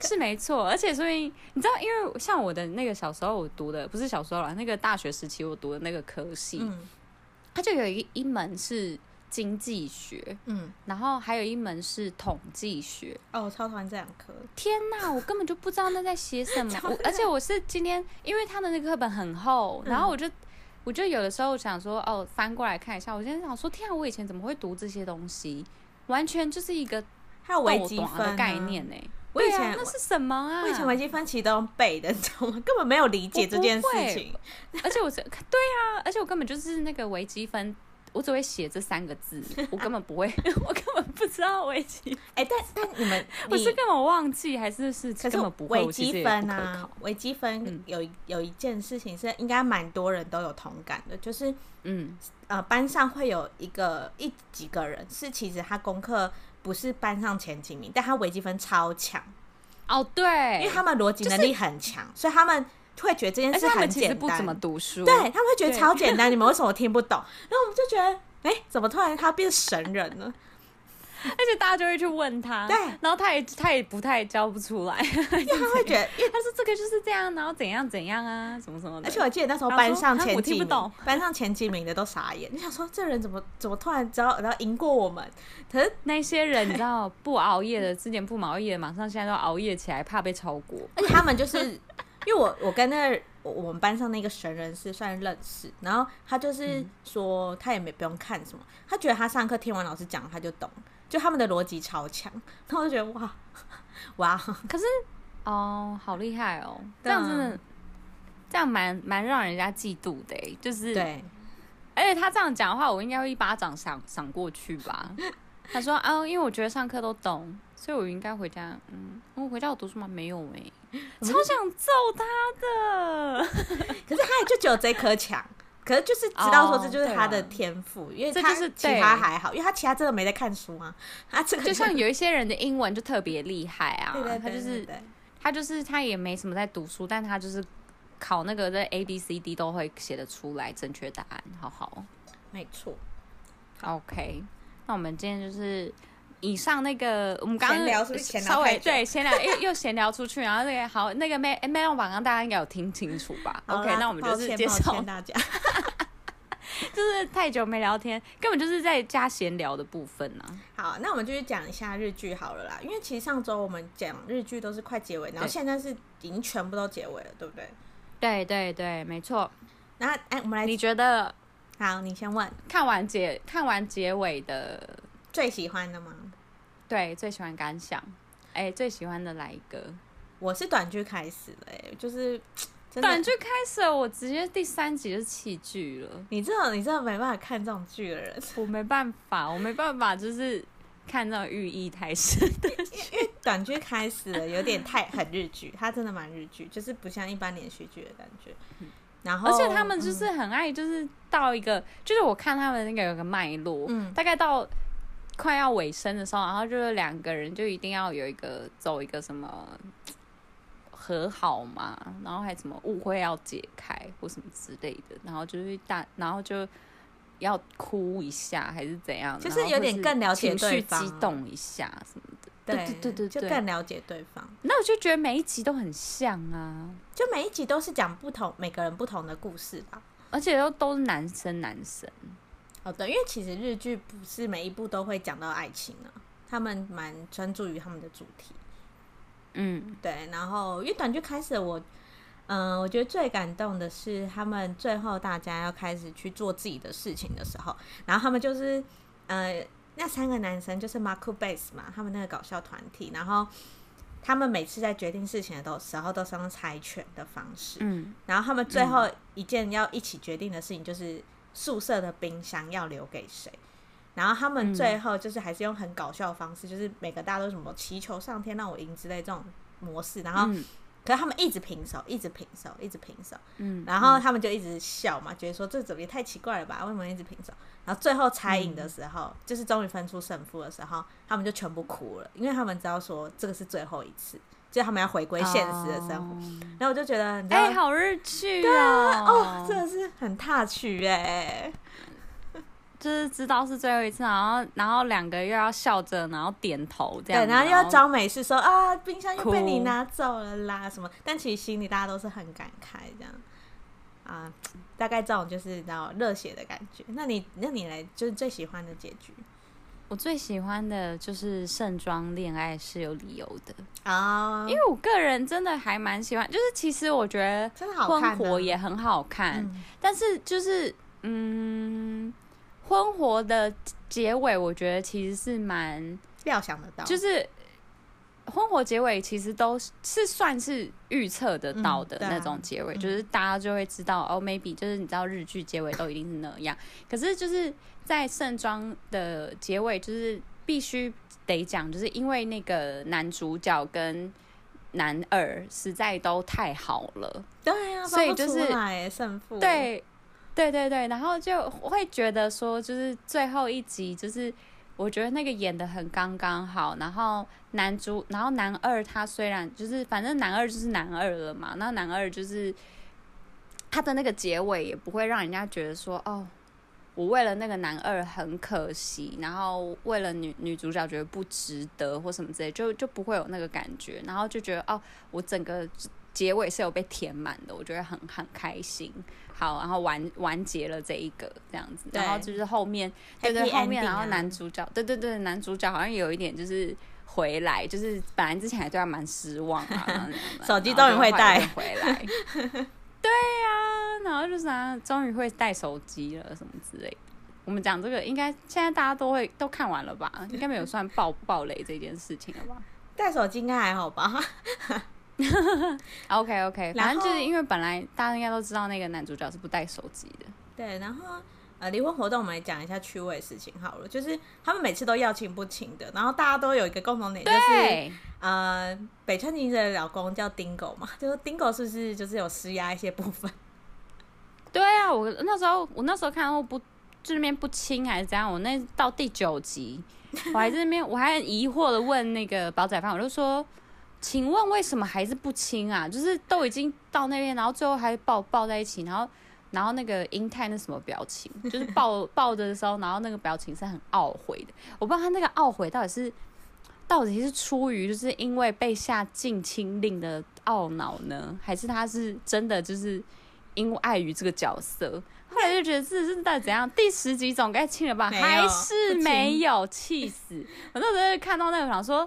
Speaker 1: 是没错。而且所以你知道，因为像我的那个小时候我读的，不是小时候啦，那个大学时期我读的那个科系，
Speaker 2: 嗯
Speaker 1: 它就有一一门是经济学，
Speaker 2: 嗯，
Speaker 1: 然后还有一门是统计学。
Speaker 2: 哦，我超讨厌这两科。
Speaker 1: 天呐，我根本就不知道那在写
Speaker 2: <laughs>
Speaker 1: 什么。我而且我是今天，因为他的那个课本很厚，然后
Speaker 2: 嗯
Speaker 1: 我就、我就有的时候想说，哦，翻过来看一下。我现在想说，天啊，我以前怎么会读这些东西？完全就是一个
Speaker 2: 还有微
Speaker 1: 豆
Speaker 2: 积
Speaker 1: 懂
Speaker 2: 分、
Speaker 1: 啊的概，念呢、
Speaker 2: 我以
Speaker 1: 对啊
Speaker 2: 前
Speaker 1: 那是什么啊？
Speaker 2: 我以前微积分其实都用背的，你知道吗？根本没有理解这件事情。
Speaker 1: 而且我是 <laughs> 对啊，而且我根本就是那个微积分，我只会写这三个字，我根本不会， <laughs> 我根本不知道微积，
Speaker 2: 哎、但但你们
Speaker 1: <laughs> 我是
Speaker 2: 你
Speaker 1: 根本忘记还是是
Speaker 2: 可
Speaker 1: 根
Speaker 2: 是
Speaker 1: 本不会，
Speaker 2: 微
Speaker 1: 我其实
Speaker 2: 积
Speaker 1: 也
Speaker 2: 分
Speaker 1: 不可
Speaker 2: 啊
Speaker 1: 考。，
Speaker 2: 微积分
Speaker 1: 嗯
Speaker 2: 有一有一件事情是应该蛮多人都有同感的，就是
Speaker 1: 嗯，
Speaker 2: 呃班上会有一个一几个人是其实他功课不是班上前几名，但他微积分超强，
Speaker 1: 哦对，
Speaker 2: 因为他们逻辑能力很强，所以他们会觉得这件
Speaker 1: 而且
Speaker 2: 事
Speaker 1: 他
Speaker 2: 很
Speaker 1: 们其
Speaker 2: 简
Speaker 1: 实
Speaker 2: 单。
Speaker 1: 不怎么读书，
Speaker 2: 对，他们会觉
Speaker 1: 对
Speaker 2: 得超
Speaker 1: <laughs> <laughs>
Speaker 2: 简单，你们为什么听不懂？然后我们就觉得，哎、怎么突然他变神人了？
Speaker 1: 而且大家就会去问他，
Speaker 2: 对
Speaker 1: 然后他也他也不太教不出来，
Speaker 2: 因为他会觉得，因为
Speaker 1: 他说这个就是这样，然后怎样怎样啊，什么什么的。
Speaker 2: 而且我记得那时候
Speaker 1: 他
Speaker 2: 班
Speaker 1: 说
Speaker 2: 上
Speaker 1: 哈
Speaker 2: 前
Speaker 1: 我
Speaker 2: 几
Speaker 1: 听不
Speaker 2: 名
Speaker 1: 懂，
Speaker 2: 班上前几名的都傻眼，就想说这人怎么怎么突然知道然后赢过我们？可是
Speaker 1: 那些人你知道不熬夜的，之前不熬夜的，马上现在都熬夜起来，怕被超过。
Speaker 2: 而且他们就是因为我我跟那个我我们班上那个神人是算认识，然后他
Speaker 1: 嗯
Speaker 2: 就是说他也没不用看什么，他觉得他上课听完老师讲他就懂，就他们的逻辑超强，然后我就觉得哇哇，
Speaker 1: 可是哦，好厉害哦，这
Speaker 2: 对啊
Speaker 1: 样真的，这样蛮蛮让人家嫉妒的欸，就是。
Speaker 2: 对，
Speaker 1: 而且他这样讲的话，我应该会一巴掌赏赏过去 <laughs> 吧。他说啊，因为我觉得上课都懂，所以我应该回家。嗯，我回家有读书吗？没有哎、超想揍他的。
Speaker 2: 可是他也就只有这颗强。可是就是知道说
Speaker 1: 哦
Speaker 2: 这就是他
Speaker 1: 对
Speaker 2: 的
Speaker 1: 啊
Speaker 2: 天赋，因为
Speaker 1: 这
Speaker 2: 他
Speaker 1: 就是
Speaker 2: 其
Speaker 1: 对
Speaker 2: 他还好，因为他其他真的没在看书啊，他这个
Speaker 1: 就像有一些人的英文就特别厉害啊，
Speaker 2: 对对对
Speaker 1: 他就
Speaker 2: 对
Speaker 1: 是
Speaker 2: 对
Speaker 1: 他就是他也没什么在读书，但他就是考那个的 A B C D 都会写得出来正确答案，好好哦。
Speaker 2: 没错，
Speaker 1: OK，那我们今天就是以上那个我们刚
Speaker 2: 闲
Speaker 1: 刚
Speaker 2: 聊是不是闲聊
Speaker 1: 稍
Speaker 2: 太
Speaker 1: 微
Speaker 2: 久
Speaker 1: 对闲聊又又闲聊出去，然后那个好那个 m a m a 榜刚大家应该有听清楚吧
Speaker 2: <laughs> 好
Speaker 1: ？OK，
Speaker 2: 啦
Speaker 1: 那我们就
Speaker 2: 抱
Speaker 1: 是
Speaker 2: 歉
Speaker 1: 介
Speaker 2: 抱
Speaker 1: 绍
Speaker 2: 歉，大家，
Speaker 1: <laughs> 就是太久没聊天，根本就是在加闲聊的部分呢、啊。
Speaker 2: 好，那我们就去讲一下日剧好了啦，因为其实上周我们讲日剧都是快结尾，然后
Speaker 1: 对
Speaker 2: 现在是已经全部都结尾了，对不对？
Speaker 1: 对对对，没错。
Speaker 2: 那哎，我们来，
Speaker 1: 你觉得
Speaker 2: 好，你先问
Speaker 1: 看完结看完结尾的，
Speaker 2: 最喜欢的吗？
Speaker 1: 对最喜欢感想？哎、最喜欢的来一个
Speaker 2: 我是短剧开始的、哎，
Speaker 1: <laughs>
Speaker 2: 就是真
Speaker 1: 短
Speaker 2: 的，
Speaker 1: 剧开始了，我直接第三集就弃剧了。
Speaker 2: 你这种你真的没办法看这种剧的人，
Speaker 1: 我没办法，我没办法，就是看到寓意太
Speaker 2: <laughs>
Speaker 1: 深。
Speaker 2: 短剧开始了有点太很
Speaker 1: <laughs>
Speaker 2: 日剧，它真的蛮日剧，就是不像一般连续剧的感觉。然
Speaker 1: 嗯
Speaker 2: 后，
Speaker 1: 而且他们就
Speaker 2: 嗯
Speaker 1: 是很爱，就是到一个，就是我看他们那个有个脉络，
Speaker 2: 嗯
Speaker 1: 大概到快要尾声的时候，然后就是两个人就一定要有一个走一个什么呃和好嘛，然后还什么误会要解开或什么之类的，然后就是大，然后就要哭一下还是怎样，
Speaker 2: 就是
Speaker 1: 然后
Speaker 2: 有
Speaker 1: 或
Speaker 2: 点
Speaker 1: 是
Speaker 2: 更了解
Speaker 1: 情绪
Speaker 2: 对方
Speaker 1: 激动一下什么的。对对对对
Speaker 2: 就
Speaker 1: 对
Speaker 2: 更了解对方。
Speaker 1: 那我就觉得每一集都很像啊，
Speaker 2: 就每一集都是讲不同每个人不同的故事吧。
Speaker 1: 而且都都是男生男生。
Speaker 2: 哦，对，因为其实日剧不是每一部都会讲到爱情啊，他们蛮专注于他们的主题。
Speaker 1: 嗯，
Speaker 2: 对，然后因为短剧开始我，嗯、我觉得最感动的是他们最后大家要开始去做自己的事情的时候，然后他们就是呃那三个男生就是 Marco Base 嘛，他们那个搞笑团体，然后他们每次在决定事情的时候都是用猜拳的方式，
Speaker 1: 嗯，
Speaker 2: 然后他们最后一件要一起决定的事情就是宿舍的冰箱要留给谁。然后他们
Speaker 1: 嗯
Speaker 2: 最后就是还是用很搞笑的方式，就是每个大家都什么祈求上天让我赢之类这种模式。然后，
Speaker 1: 嗯
Speaker 2: 可是他们一直平手，一直平手，一直平手。
Speaker 1: 嗯，
Speaker 2: 然后他们就一直笑嘛，觉得说这怎么也太奇怪了吧？为什么一直平手？然后最后猜赢的时候，就是终于分出胜负的时候，他们就全部哭了，因为他们知道说这个是最后一次，就是他们要回归现实的生活。
Speaker 1: 哦
Speaker 2: 然后我就觉得，你知道
Speaker 1: 哎、好日剧啊！
Speaker 2: 哦，真的是很踏曲哎、
Speaker 1: 就是知道是最后一次，然后然后两个又要笑着，然后点头这样
Speaker 2: 对，
Speaker 1: 子，
Speaker 2: 然后又要装没事说啊，冰箱又
Speaker 1: 哭
Speaker 2: 被你拿走了啦什么，但其实心里大家都是很感慨这样啊，大概这种就是你知道热血的感觉。那你那你来就是最喜欢的结局
Speaker 1: 我最喜欢的就是盛装恋爱是有理由的，
Speaker 2: 啊，
Speaker 1: 因为我个人真的还蛮喜欢，就是其实我觉得
Speaker 2: 真的好
Speaker 1: 婚
Speaker 2: 看、啊，
Speaker 1: 活也很好看，
Speaker 2: 嗯
Speaker 1: 但是就是嗯，婚活的结尾我觉得其实是蛮
Speaker 2: 料想得到，
Speaker 1: 就是是婚活结尾其实都是是算是预测得到的
Speaker 2: 嗯对啊
Speaker 1: 那种结尾，
Speaker 2: 嗯
Speaker 1: 就是大家就会知道哦，maybe 就是你知道日剧结尾都一定是那样，可是就是在盛装的结尾，就是必须得讲，就是因为那个男主角跟男二实在都太好了，
Speaker 2: 对啊，
Speaker 1: 所以
Speaker 2: 分不出
Speaker 1: 就是
Speaker 2: 来胜负，
Speaker 1: 对，对对对，然后就会觉得说，就是最后一集，就是我觉得那个演的很刚刚好。然后男主，然后男二他虽然就是，反正男二就是男二了嘛，那男二就是他的那个结尾也不会让人家觉得说，哦，我为了那个男二很可惜，然后为了女女主角觉得不值得或什么之类，就就不会有那个感觉，然后就觉得哦，我整个结尾是有被填满的，我觉得很很开心。好，然后完完结了这一个这样子，
Speaker 2: 对
Speaker 1: 然后就是后面对对
Speaker 2: Happy
Speaker 1: 后面，
Speaker 2: ending
Speaker 1: 然后
Speaker 2: 啊
Speaker 1: 男主角对对对男主角好像有一点就是。回来就是本来之前还对他蛮失望
Speaker 2: <laughs>
Speaker 1: 啊，然后怎样怎样
Speaker 2: 手机
Speaker 1: 然后
Speaker 2: 终于会
Speaker 1: 就后来
Speaker 2: 带
Speaker 1: 就回来，
Speaker 2: <laughs>
Speaker 1: 对呀、然后就是啊，终于会带手机了什么之类的。我们讲这个应该现在大家都会都看完了
Speaker 2: <laughs>
Speaker 1: 吧？应该没有算爆爆雷这件事情了吧
Speaker 2: 戴手机应该还好吧？ <laughs>
Speaker 1: ？OK OK，
Speaker 2: 然
Speaker 1: 啊反
Speaker 2: 后
Speaker 1: 正就是因为本来大家应该都知道那个男主角是不带手机的，
Speaker 2: 对，然后呃，离婚活动我们来讲一下趣味的事情好了，就是他们每次都要请不请的，然后大家都有一个共同点，就是
Speaker 1: 对，
Speaker 2: 呃，北川景子的老公叫丁狗嘛， <laughs> 就是丁狗是不是就是有施压一些部
Speaker 1: <laughs>
Speaker 2: 分？
Speaker 1: 对啊，我那时候我那时候看到不这边不清还是怎样，我那到第九集，我还在那边我还很疑惑的问那个煲仔饭，我就说，请问为什么还是不清啊？就是都已经到那边，然后最后还抱抱在一起，然后然后那个英泰那什么表情， <laughs> 就是抱抱着的时候，然后那个表情是很懊悔的，我不知道他那个懊悔到底是。到底是出于就是因为被下禁亲令的懊恼呢，还是他是真的就是因为碍于这个角色，后来就觉得这是到底怎样？第十集总该清了吧？
Speaker 2: 没有
Speaker 1: 还是
Speaker 2: 不清
Speaker 1: 没有，气死！我那时候就看到那个想说。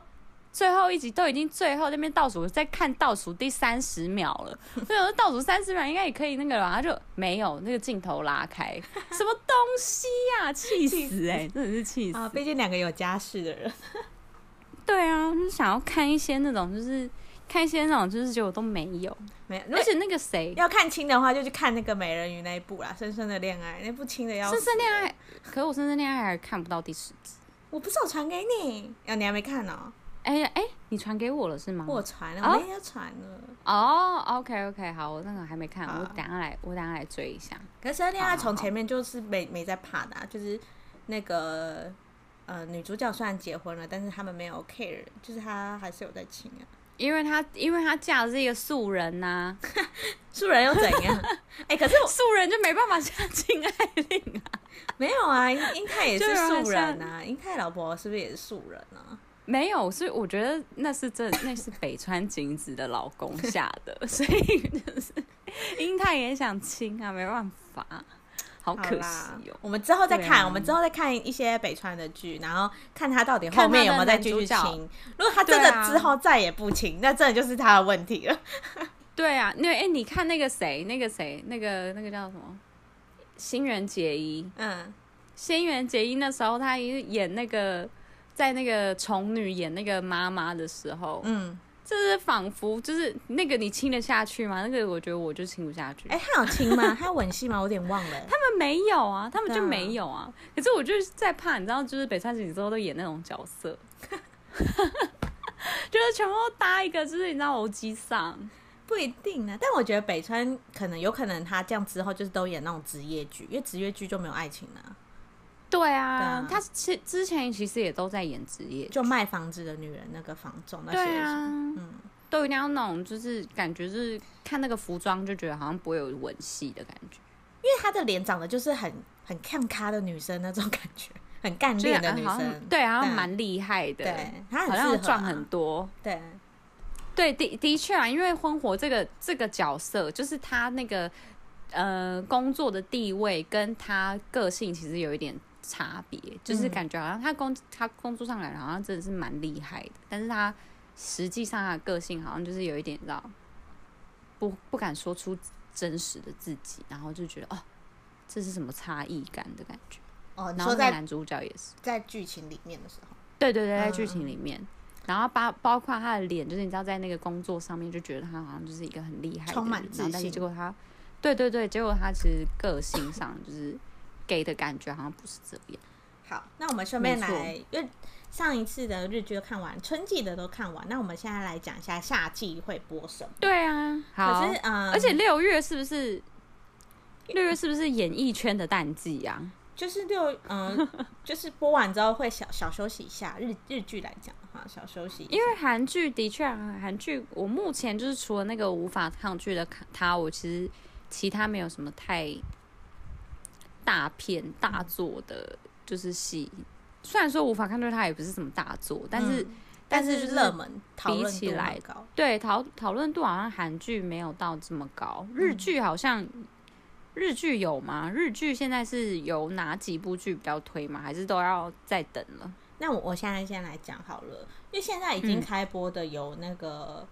Speaker 1: 最后一集都已经最后那边倒数，在看倒数第三十秒 <laughs> 了。对，我说倒数三十秒应该也可以那个了吧？他就没有那个镜头拉开， <laughs> 什么东西呀、气死哎、真的是气死！
Speaker 2: 啊，毕竟两个有家室的人， <laughs>
Speaker 1: 对啊，就是想要看一些那种，就是看一些那种，就是结果都没有。
Speaker 2: 没有，
Speaker 1: 而且那个谁，
Speaker 2: 要看清的话，就去看那个美人鱼那一部啦，《深深的恋爱》那部清的要死
Speaker 1: 深。深恋爱，可是我深深恋爱还看不到第十集。
Speaker 2: 我不是有传给你，啊，你还没看呢、
Speaker 1: 哎呀，哎，你传给我了是吗？
Speaker 2: 我传了，
Speaker 1: 啊
Speaker 2: 我那天就传了。
Speaker 1: 哦、o k OK，好，我那个还没看，
Speaker 2: 好
Speaker 1: 我等一下来，我等一下来追一下。
Speaker 2: 可是《深深恋爱》
Speaker 1: 好好
Speaker 2: 从前面就是没没在怕的、啊，就是那个呃女主角虽然结婚了，但是他们没有 care，就是她还是有在亲啊。
Speaker 1: 因为他，因为他嫁的是一个素人啊呐、
Speaker 2: 素人又怎
Speaker 1: <laughs>
Speaker 2: 样？哎、可是我
Speaker 1: 素人就没办法下禁爱令啊。
Speaker 2: 没有啊，英英泰也 <laughs>
Speaker 1: 就是让她
Speaker 2: 素人啊，英泰老婆是不是也是素人啊？
Speaker 1: 没有，所以我觉得那是真，那是北川景子的老公下 <laughs> 的，所以就是英泰也想亲啊，没办法，好可
Speaker 2: 啦
Speaker 1: 惜哦。
Speaker 2: 我们之后再
Speaker 1: 对
Speaker 2: 看，
Speaker 1: 啊
Speaker 2: 我们之后再看一些北川的剧，然后看他到底后面有没有再继续
Speaker 1: 看他的
Speaker 2: 亲。如果他真的
Speaker 1: 对啊
Speaker 2: 之后再也不亲，那真的就是他的问题了。
Speaker 1: 对啊，那哎、你看那个谁，那个谁，那个那个叫什么？新垣结衣，
Speaker 2: 嗯，
Speaker 1: 新垣结衣那时候她演那个，在那个宠女演那个妈妈的时候，
Speaker 2: 嗯，
Speaker 1: 就是仿佛就是那个你亲得下去吗？那个我觉得我就亲不下去。
Speaker 2: 哎、他有亲 <laughs> 吗？他有吻戏吗？我有点忘了、
Speaker 1: 他们没有啊，他们就
Speaker 2: 对啊
Speaker 1: 没有啊。可是我就是在怕，你知道，就是北川景之后都演那种角色， <laughs> 就是全部都搭一个，就是你知道欧基上，
Speaker 2: 不一定啊，但我觉得北川可能有可能他这样之后就是都演那种职业剧，因为职业剧就没有爱情了、
Speaker 1: 对
Speaker 2: 对
Speaker 1: 啊
Speaker 2: 啊，
Speaker 1: 他其之前其实也都在演职业，
Speaker 2: 就卖房子的女人那个房仲那些
Speaker 1: 对啊
Speaker 2: 嗯，
Speaker 1: 都一定要那种，就是感觉就是看那个服装就觉得好像不会有吻戏的感觉，
Speaker 2: 因为她的脸长得就是很很看咖的女生那种感觉，很干练的
Speaker 1: 就是
Speaker 2: 嗯女
Speaker 1: 好
Speaker 2: 生
Speaker 1: 像，对啊，好像
Speaker 2: 对
Speaker 1: 蛮厉害的，
Speaker 2: 对，她
Speaker 1: 好
Speaker 2: 很适
Speaker 1: 像
Speaker 2: 合、
Speaker 1: 要
Speaker 2: 啊，
Speaker 1: 赚很多。
Speaker 2: 对，
Speaker 1: 对，的的确啊，因为婚活这个这个角色，就是他那个呃工作的地位跟他个性其实有一点差别，就是
Speaker 2: 嗯
Speaker 1: 感觉好像他工他工作上来好像真的是蛮厉害的，但是他实际上他的个性好像就是有一点你知道不不敢说出真实的自己，然后就觉得哦这是什么差异感的感觉，
Speaker 2: 哦，你
Speaker 1: 然后
Speaker 2: 说
Speaker 1: 那个
Speaker 2: 在
Speaker 1: 男主角也是。
Speaker 2: 在剧情里面的时候，
Speaker 1: 对对对，在
Speaker 2: 嗯
Speaker 1: 剧情里面，然后包包括他的脸，就是你知道在那个工作上面就觉得他好像就是一个很厉害的人，
Speaker 2: 充满自
Speaker 1: 然后但是
Speaker 2: 信
Speaker 1: 结果他，对对对，结果他其实个性上就是给的感觉好像不是这样。
Speaker 2: 好，那我们顺便
Speaker 1: 没错
Speaker 2: 来，因为上一次的日剧都看完，春季的都看完，那我们现在来讲一下夏季会播什么。
Speaker 1: 对啊，好，
Speaker 2: 可是，嗯，
Speaker 1: 而且六月是不是？六月是不是演艺圈的淡季啊？
Speaker 2: 就是六，嗯， <laughs> 就是播完之后会小小休息一下。日日剧来讲的话，小休息一下，
Speaker 1: 因为韩剧的确啊，韩剧我目前就是除了那个无法抗拒的他，我其实其他没有什么太大片大作的，就是戏。虽然说无法看对它也不是什么大作，但是、
Speaker 2: 嗯
Speaker 1: 但
Speaker 2: 但
Speaker 1: 是
Speaker 2: 是
Speaker 1: 就是
Speaker 2: 热门讨论
Speaker 1: 起
Speaker 2: 度蛮
Speaker 1: 来
Speaker 2: 高，
Speaker 1: 对讨讨论度好像韩剧没有到这么高，日剧好像日剧有吗？日剧现在是有哪几部剧比较推吗？还是都要再等了？
Speaker 2: 那我我现在先来讲好了，因为现在已经
Speaker 1: 嗯
Speaker 2: 开播的有那个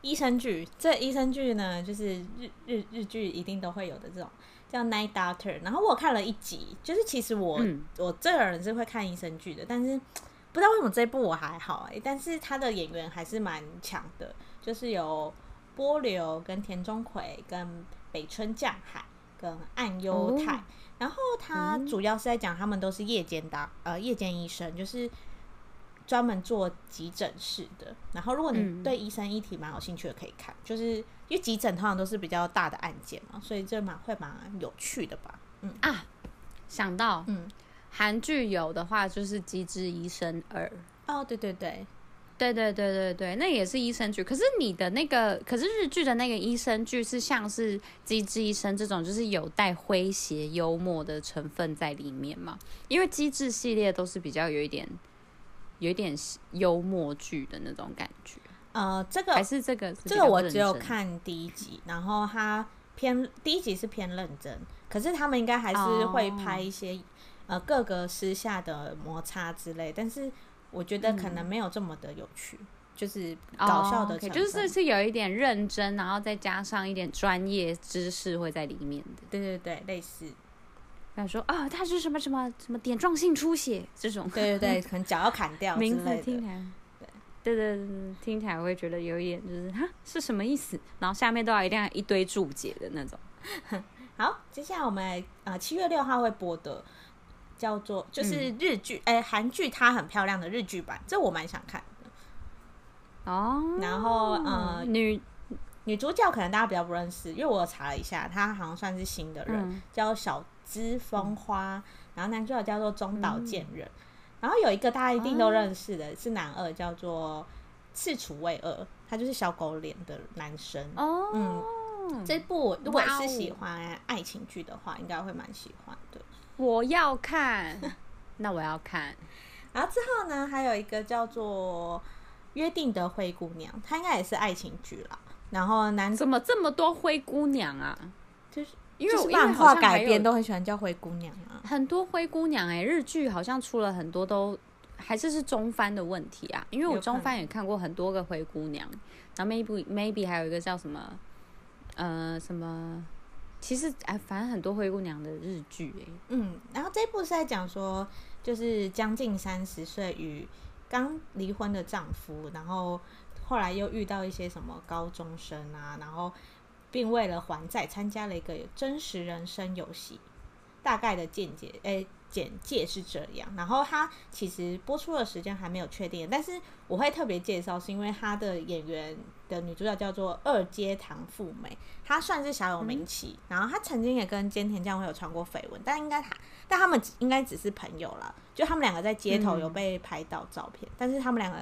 Speaker 2: 医生剧，这医生剧呢就是日日日剧一定都会有的这种叫 Night Doctor，然后我看了一集，就是其实我、
Speaker 1: 嗯
Speaker 2: 我这个人是会看医生剧的，但是不知道为什么这一部我还好哎、但是他的演员还是蛮强的，就是有波流跟田中葵跟北村匠海跟岸优太。
Speaker 1: 哦
Speaker 2: 然后他主要是在讲他们都是夜间当呃夜间医生，就是专门做急诊室的。然后如果你
Speaker 1: 嗯
Speaker 2: 对医生议题蛮有兴趣的，可以看，就是因为急诊通常都是比较大的案件嘛，所以这蛮会蛮有趣的吧。嗯
Speaker 1: 啊，想到
Speaker 2: 嗯，
Speaker 1: 韩剧有的话就是《机智医生二》。
Speaker 2: 哦对对对，
Speaker 1: 对对对对对，那也是医生剧。可是你的那个，可是日剧的那个医生剧是像是《机智医生》这种，就是有带诙谐幽默的成分在里面嘛？因为机智系列都是比较有一点，有一点幽默剧的那种感觉，
Speaker 2: 呃这个
Speaker 1: 还是这个是比
Speaker 2: 这
Speaker 1: 较
Speaker 2: 个我只
Speaker 1: 认
Speaker 2: 有
Speaker 1: 真
Speaker 2: 看第一集，然后他偏第一集是偏认真，可是他们应该还是会
Speaker 1: 哦
Speaker 2: 拍一些、呃各个私下的摩擦之类，但是我觉得可
Speaker 1: 嗯
Speaker 2: 能没有这么的有趣，就是搞笑
Speaker 1: 哦
Speaker 2: 的
Speaker 1: ，OK，
Speaker 2: 成分、
Speaker 1: 就是是有一点认真，然后再加上一点专业知识会在里面的。
Speaker 2: 对对对，类似，
Speaker 1: 他说啊，他是什么什么什么点状性出血这种，
Speaker 2: 对
Speaker 1: <laughs>
Speaker 2: 对对，可能脚要砍掉之
Speaker 1: 名字
Speaker 2: 类
Speaker 1: 听
Speaker 2: 的。
Speaker 1: 起来，对对对对，听起来会觉得有一点就是哈是什么意思，然后下面都要一定要一堆注解的那种。
Speaker 2: 好，接下来我们来呃七月六号会播的。叫做就是
Speaker 1: 嗯
Speaker 2: 日剧，哎、韩剧它很漂亮的日剧版，这我蛮想看的。
Speaker 1: 哦，
Speaker 2: 然后呃，
Speaker 1: 女
Speaker 2: 女主角可能大家比较不认识，因为我查了一下，她好像算是新的人，
Speaker 1: 嗯
Speaker 2: 叫小资风花，然后男主角叫做中岛健人，然后有一个大家一定都认识的、是男二，叫做赤楚卫二，他就是小狗脸的男生。
Speaker 1: 哦，
Speaker 2: 这部我如果
Speaker 1: 哇
Speaker 2: 是
Speaker 1: 哦
Speaker 2: 喜欢爱情剧的话，应该会蛮喜欢的。
Speaker 1: 我要 <laughs> 看，那我要看，
Speaker 2: 然后之后呢，还有一个叫做《约定的灰姑娘》，她应该也是爱情剧啦。然后男主
Speaker 1: 怎么这么多灰姑娘啊？
Speaker 2: 就是
Speaker 1: 因为
Speaker 2: 就
Speaker 1: 我
Speaker 2: 是
Speaker 1: 因为
Speaker 2: 漫
Speaker 1: 好
Speaker 2: 画
Speaker 1: 像还
Speaker 2: 改
Speaker 1: 有
Speaker 2: 编都很喜欢叫灰姑娘啊。
Speaker 1: 很多灰姑娘哎、日剧好像出了很多都还是是中翻的问题啊，因为
Speaker 2: 有
Speaker 1: 我
Speaker 2: 可
Speaker 1: 中翻也看过很多个灰姑娘，然后 maybe maybe 还有一个叫什么呃什么，其实哎反正很多灰姑娘的日剧哎、
Speaker 2: 嗯，然后这一部是在讲说，就是将近三十岁与刚离婚的丈夫，然后后来又遇到一些什么高中生啊，然后并为了还债参加了一个真实人生游戏。大概的见解，诶、简介是这样。然后它其实播出的时间还没有确定，但是我会特别介绍，是因为它的演员的女主角叫做二阶堂富美，她算是小有名气。然后她曾经也跟菅田将晖有传过绯闻，但应该她，但他们只应该只是朋友啦，就他们两个在街头有被拍到照片，但是他们两个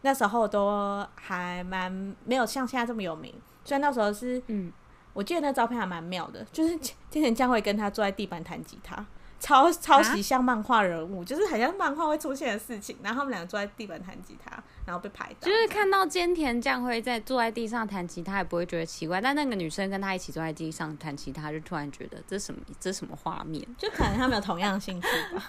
Speaker 2: 那时候都还蛮没有像现在这么有名。虽然那时候是
Speaker 1: 嗯，
Speaker 2: 我记得那照片还蛮妙的，就是菅菅田将晖跟他坐在地板弹吉他，超超
Speaker 1: 啊
Speaker 2: 级像漫画人物，就是很像漫画会出现的事情。然后他们两个坐在地板弹吉他，然后被拍到，
Speaker 1: 就是看到菅田将晖在坐在地上弹吉他也不会觉得奇怪，但那个女生跟他一起坐在地上弹吉他，就突然觉得这什么这什么画面，
Speaker 2: 就可能他们有同样的兴趣吧。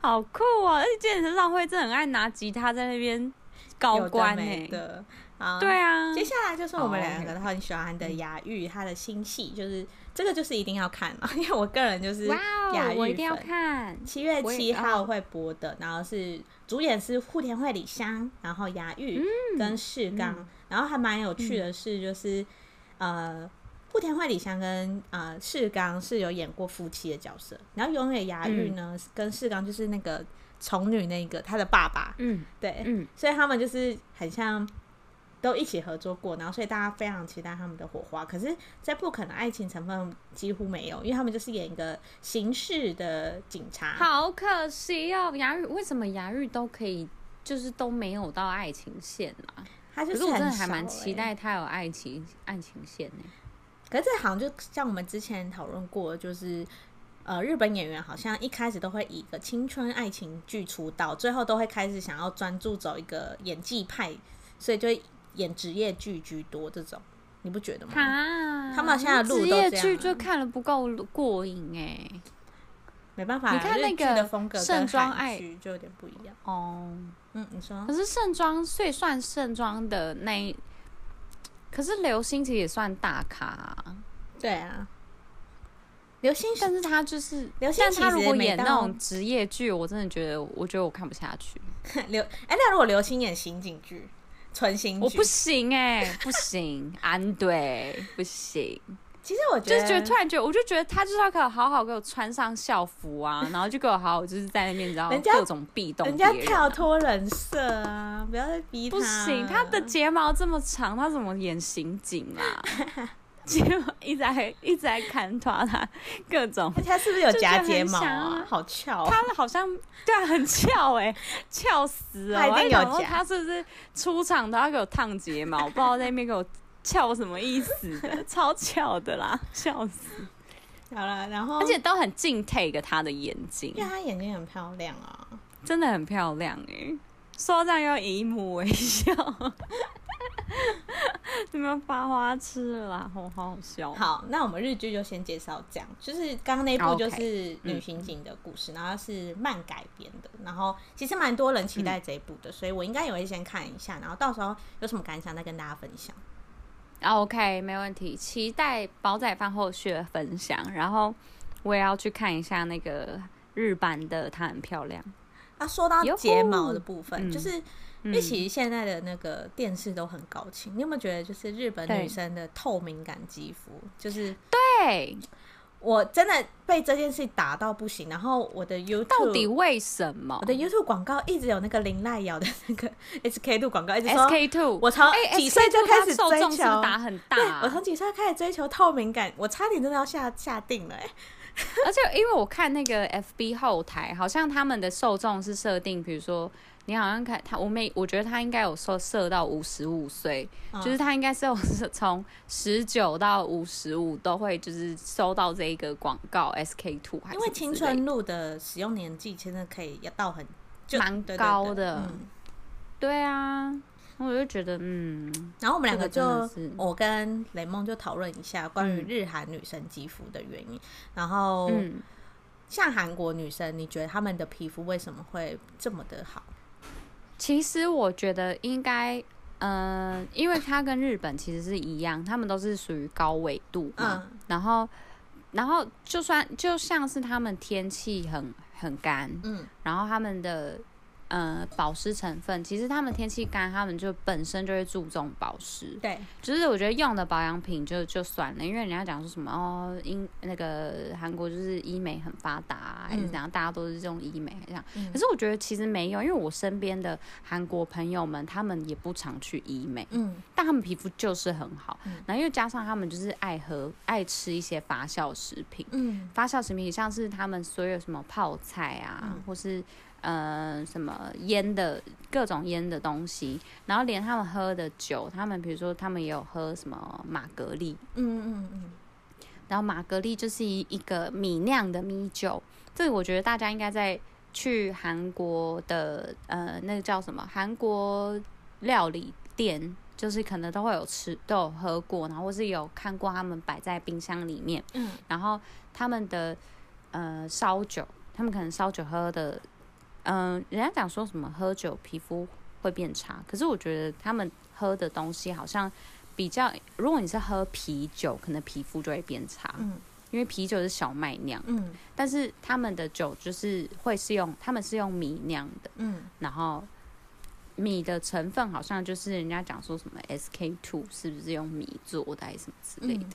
Speaker 1: 好酷啊！而且菅田将晖真的很爱拿吉他在那边高
Speaker 2: 有的
Speaker 1: 官
Speaker 2: 没
Speaker 1: 哎、
Speaker 2: 的，好，
Speaker 1: 对啊，
Speaker 2: 接下来就是我们两个
Speaker 1: 哦
Speaker 2: 都很喜欢的雅玉，她的新戏就是这个就是一定要看了，因为我个人就是
Speaker 1: 哇
Speaker 2: 雅
Speaker 1: 哦，
Speaker 2: 玉
Speaker 1: 我一定要
Speaker 2: 粉
Speaker 1: 看。
Speaker 2: 七月
Speaker 1: 我也
Speaker 2: 七号会播的，然后是主演是户田惠里香，然后雅
Speaker 1: 嗯
Speaker 2: 玉跟世刚，然后还蛮有趣的是，就是、呃，户田惠里香跟呃世刚是有演过夫妻的角色，然后永野
Speaker 1: 嗯
Speaker 2: 雅玉呢、跟世刚就是那个宠女那个他的爸爸，
Speaker 1: 嗯
Speaker 2: 对，
Speaker 1: 嗯，
Speaker 2: 所以他们就是很像都一起合作过，然后所以大家非常期待他们的火花。可是这部可能爱情成分几乎没有，因为他们就是演一个刑事的警察，
Speaker 1: 好可惜哦，牙玉为什么牙玉都可以，就是都没有到爱情线啊？
Speaker 2: 他就
Speaker 1: 可是
Speaker 2: 很
Speaker 1: 我真的还
Speaker 2: 少
Speaker 1: 蛮
Speaker 2: 欸
Speaker 1: 期。待他有爱情爱情线呢、
Speaker 2: 可是这好像就像我们之前讨论过，就是呃，日本演员好像一开始都会以一个青春爱情剧出道，最后都会开始想要专注走一个演技派，所以就会演职业剧居多。这种你不觉得吗？
Speaker 1: 啊，
Speaker 2: 他们现在的路
Speaker 1: 职
Speaker 2: 都这
Speaker 1: 业
Speaker 2: 样
Speaker 1: 剧就看了不够过瘾哎、
Speaker 2: 没办法，啊
Speaker 1: 你看那
Speaker 2: 日剧
Speaker 1: 个
Speaker 2: 的风格
Speaker 1: 盛
Speaker 2: 跟
Speaker 1: 装
Speaker 2: 韩
Speaker 1: 爱
Speaker 2: 剧就有点不一样。
Speaker 1: 哦，
Speaker 2: 嗯，你说
Speaker 1: 可是盛装最算盛装的那一，可是刘星其实也算大咖啊、
Speaker 2: 对啊？ <laughs> 刘星
Speaker 1: 但是他就是，
Speaker 2: 刘星
Speaker 1: 但
Speaker 2: 其
Speaker 1: 他如
Speaker 2: 实
Speaker 1: 果
Speaker 2: 没
Speaker 1: 演那
Speaker 2: 到
Speaker 1: 种职业剧，我真的觉得，我觉得我看不下去，
Speaker 2: 刘哎、那如果刘星演刑警剧，纯刑
Speaker 1: 我
Speaker 2: 剧
Speaker 1: 不，行哎、不行，安对，不行，
Speaker 2: 其实我
Speaker 1: 就是
Speaker 2: 觉
Speaker 1: 觉得突然觉得，我就觉得他就是要给我好好给我穿上校服啊，然后就给我好好就是在那边，你知道
Speaker 2: 人家
Speaker 1: 各种壁咚
Speaker 2: 人
Speaker 1: 别
Speaker 2: 家
Speaker 1: 人啊
Speaker 2: 跳脱人设啊，不要再逼他。
Speaker 1: 不行，他的睫毛这么长，他怎么演刑警啦、 <laughs> 睫毛一直在一直在砍垮他各种
Speaker 2: 而且 <laughs> 他是不是有
Speaker 1: 就觉
Speaker 2: 夹
Speaker 1: 得
Speaker 2: 睫
Speaker 1: 很
Speaker 2: 毛
Speaker 1: 想
Speaker 2: 啊
Speaker 1: 啊？
Speaker 2: 好翘、啊！
Speaker 1: 他好像对啊，很翘哎、翘死了！
Speaker 2: 他一
Speaker 1: 我在
Speaker 2: 定
Speaker 1: 想说
Speaker 2: 有夹
Speaker 1: 他是不是出场都要给我烫睫毛？ <laughs> 不知道在那边给我翘什么意思 <laughs> 的，超翘的啦，笑死！
Speaker 2: 好了，然后
Speaker 1: 而且都很敬 take 他的眼睛
Speaker 2: 因，为她眼睛很漂亮啊，
Speaker 1: 真的很漂亮哎、说到这样又要以母为笑， <laughs> 你们发花痴了啦，我好好笑。
Speaker 2: 好，那我们日剧就先介绍这样，就是刚刚那一部
Speaker 1: OK，嗯
Speaker 2: 就是女刑警的故事，然后是漫改编的，然后其实蛮多人期待这一部的，所以我应该也会先看一下，然后到时候有什么感想再跟大家分享。
Speaker 1: 啊 OK，没问题，期待煲仔饭后续的分享。然后我也要去看一下那个日版的，她很漂亮。
Speaker 2: 啊，说到
Speaker 1: 哟呼
Speaker 2: 睫毛的部分，
Speaker 1: 嗯
Speaker 2: 就是因为其实现在的那个电视都很高清，你有没有觉得就是日本
Speaker 1: 对
Speaker 2: 女生的透明感肌肤，就是
Speaker 1: 对，
Speaker 2: 我真的被这件事打到不行，然后我的 YouTube
Speaker 1: 到底为什么
Speaker 2: 我的 YouTube 广告一直有那个林濑瑶的那个 SK two 广告，一直说
Speaker 1: ？SK two，
Speaker 2: 我从
Speaker 1: 哎，
Speaker 2: 几岁就开始
Speaker 1: SK2 它受
Speaker 2: 追
Speaker 1: 众
Speaker 2: 求
Speaker 1: 是不是打很大
Speaker 2: 对
Speaker 1: 啊、
Speaker 2: 我从几岁开始追求透明感，我差点真的要下下定了、哎，
Speaker 1: 而且因为我看那个 FB 后台，好像他们的受众是设定，比如说你好像看他，我没，我觉得他应该有设设到五十五岁，
Speaker 2: 嗯
Speaker 1: 就是他应该是有从十九到五十五都会就是收到这一个广告 SK two，还是
Speaker 2: 因为
Speaker 1: 什么
Speaker 2: 青
Speaker 1: 之类的
Speaker 2: 春露的使用年纪真的可以要到很就
Speaker 1: 蛮
Speaker 2: 对对对
Speaker 1: 高的
Speaker 2: 嗯
Speaker 1: 对啊，我就觉得嗯，
Speaker 2: 然后我们两个
Speaker 1: 这个
Speaker 2: 就
Speaker 1: 真的是，
Speaker 2: 我跟雷梦就讨论一下关于日韩女生肌肤的原因。然后，
Speaker 1: 嗯，
Speaker 2: 像韩国女生，你觉得她们的皮肤为什么会这么的好？
Speaker 1: 其实我觉得应该。嗯，因为它跟日本其实是一样，他们都是属于高纬度嘛，
Speaker 2: 嗯
Speaker 1: 然后，然后就算就像是他们天气很很干，
Speaker 2: 嗯，
Speaker 1: 然后他们的呃保湿成分，其实他们天气干，他们就本身就会注重保湿。
Speaker 2: 对，
Speaker 1: 就是我觉得用的保养品就就算了，因为人家讲说什么哦，英那个韩国就是医美很发达、啊，还是
Speaker 2: 嗯
Speaker 1: 怎样，大家都是用医美这样。
Speaker 2: 嗯
Speaker 1: 可是我觉得其实没有，因为我身边的韩国朋友们，他们也不常去医美，
Speaker 2: 嗯
Speaker 1: 但他们皮肤就是很好
Speaker 2: 嗯，
Speaker 1: 然后又加上他们就是爱喝、爱吃一些发酵食品，
Speaker 2: 嗯
Speaker 1: 发酵食品像是他们所有什么泡菜啊，
Speaker 2: 嗯
Speaker 1: 或是呃什么腌的各种腌的东西，然后连他们喝的酒，他们比如说他们也有喝什么玛格丽，
Speaker 2: 嗯嗯嗯
Speaker 1: 然后玛格丽就是一一个米酿的米酒，这个我觉得大家应该在去韩国的呃那个叫什么韩国料理店，就是可能都会有吃都有喝过，然后或是有看过他们摆在冰箱里面，
Speaker 2: 嗯，
Speaker 1: 然后他们的呃烧酒，他们可能烧酒喝的，嗯、人家讲说什么喝酒皮肤会变差，可是我觉得他们喝的东西好像比较，如果你是喝啤酒，可能皮肤就会变差，
Speaker 2: 嗯
Speaker 1: 因为啤酒是小麦酿，
Speaker 2: 嗯
Speaker 1: 但是他们的酒就是会是用他们是用米酿的，
Speaker 2: 嗯
Speaker 1: 然后。米的成分好像就是人家讲说什么 SK two 是不是用米做的还是什么之类的，
Speaker 2: 嗯。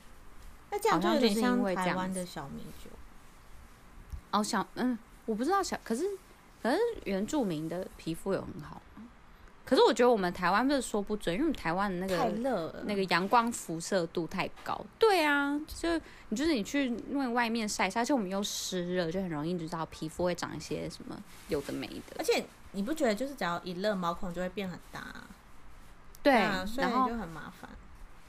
Speaker 2: 那这样就有点像台湾的小米酒。
Speaker 1: 哦，小嗯，我不知道小，可是可是原住民的皮肤有很好吗，可是我觉得我们台湾就是说不准，因为我们台湾的那
Speaker 2: 太
Speaker 1: 个
Speaker 2: 热了，
Speaker 1: 那个阳光辐射度太高。对啊，就你就是你去因为外面晒一晒，而且我们又湿热，就很容易知道皮肤会长一些什么有的没的。
Speaker 2: 而且你不觉得就是只要一热毛孔就会变很大啊、
Speaker 1: 对，
Speaker 2: 啊，所以
Speaker 1: 然后
Speaker 2: 就很麻烦。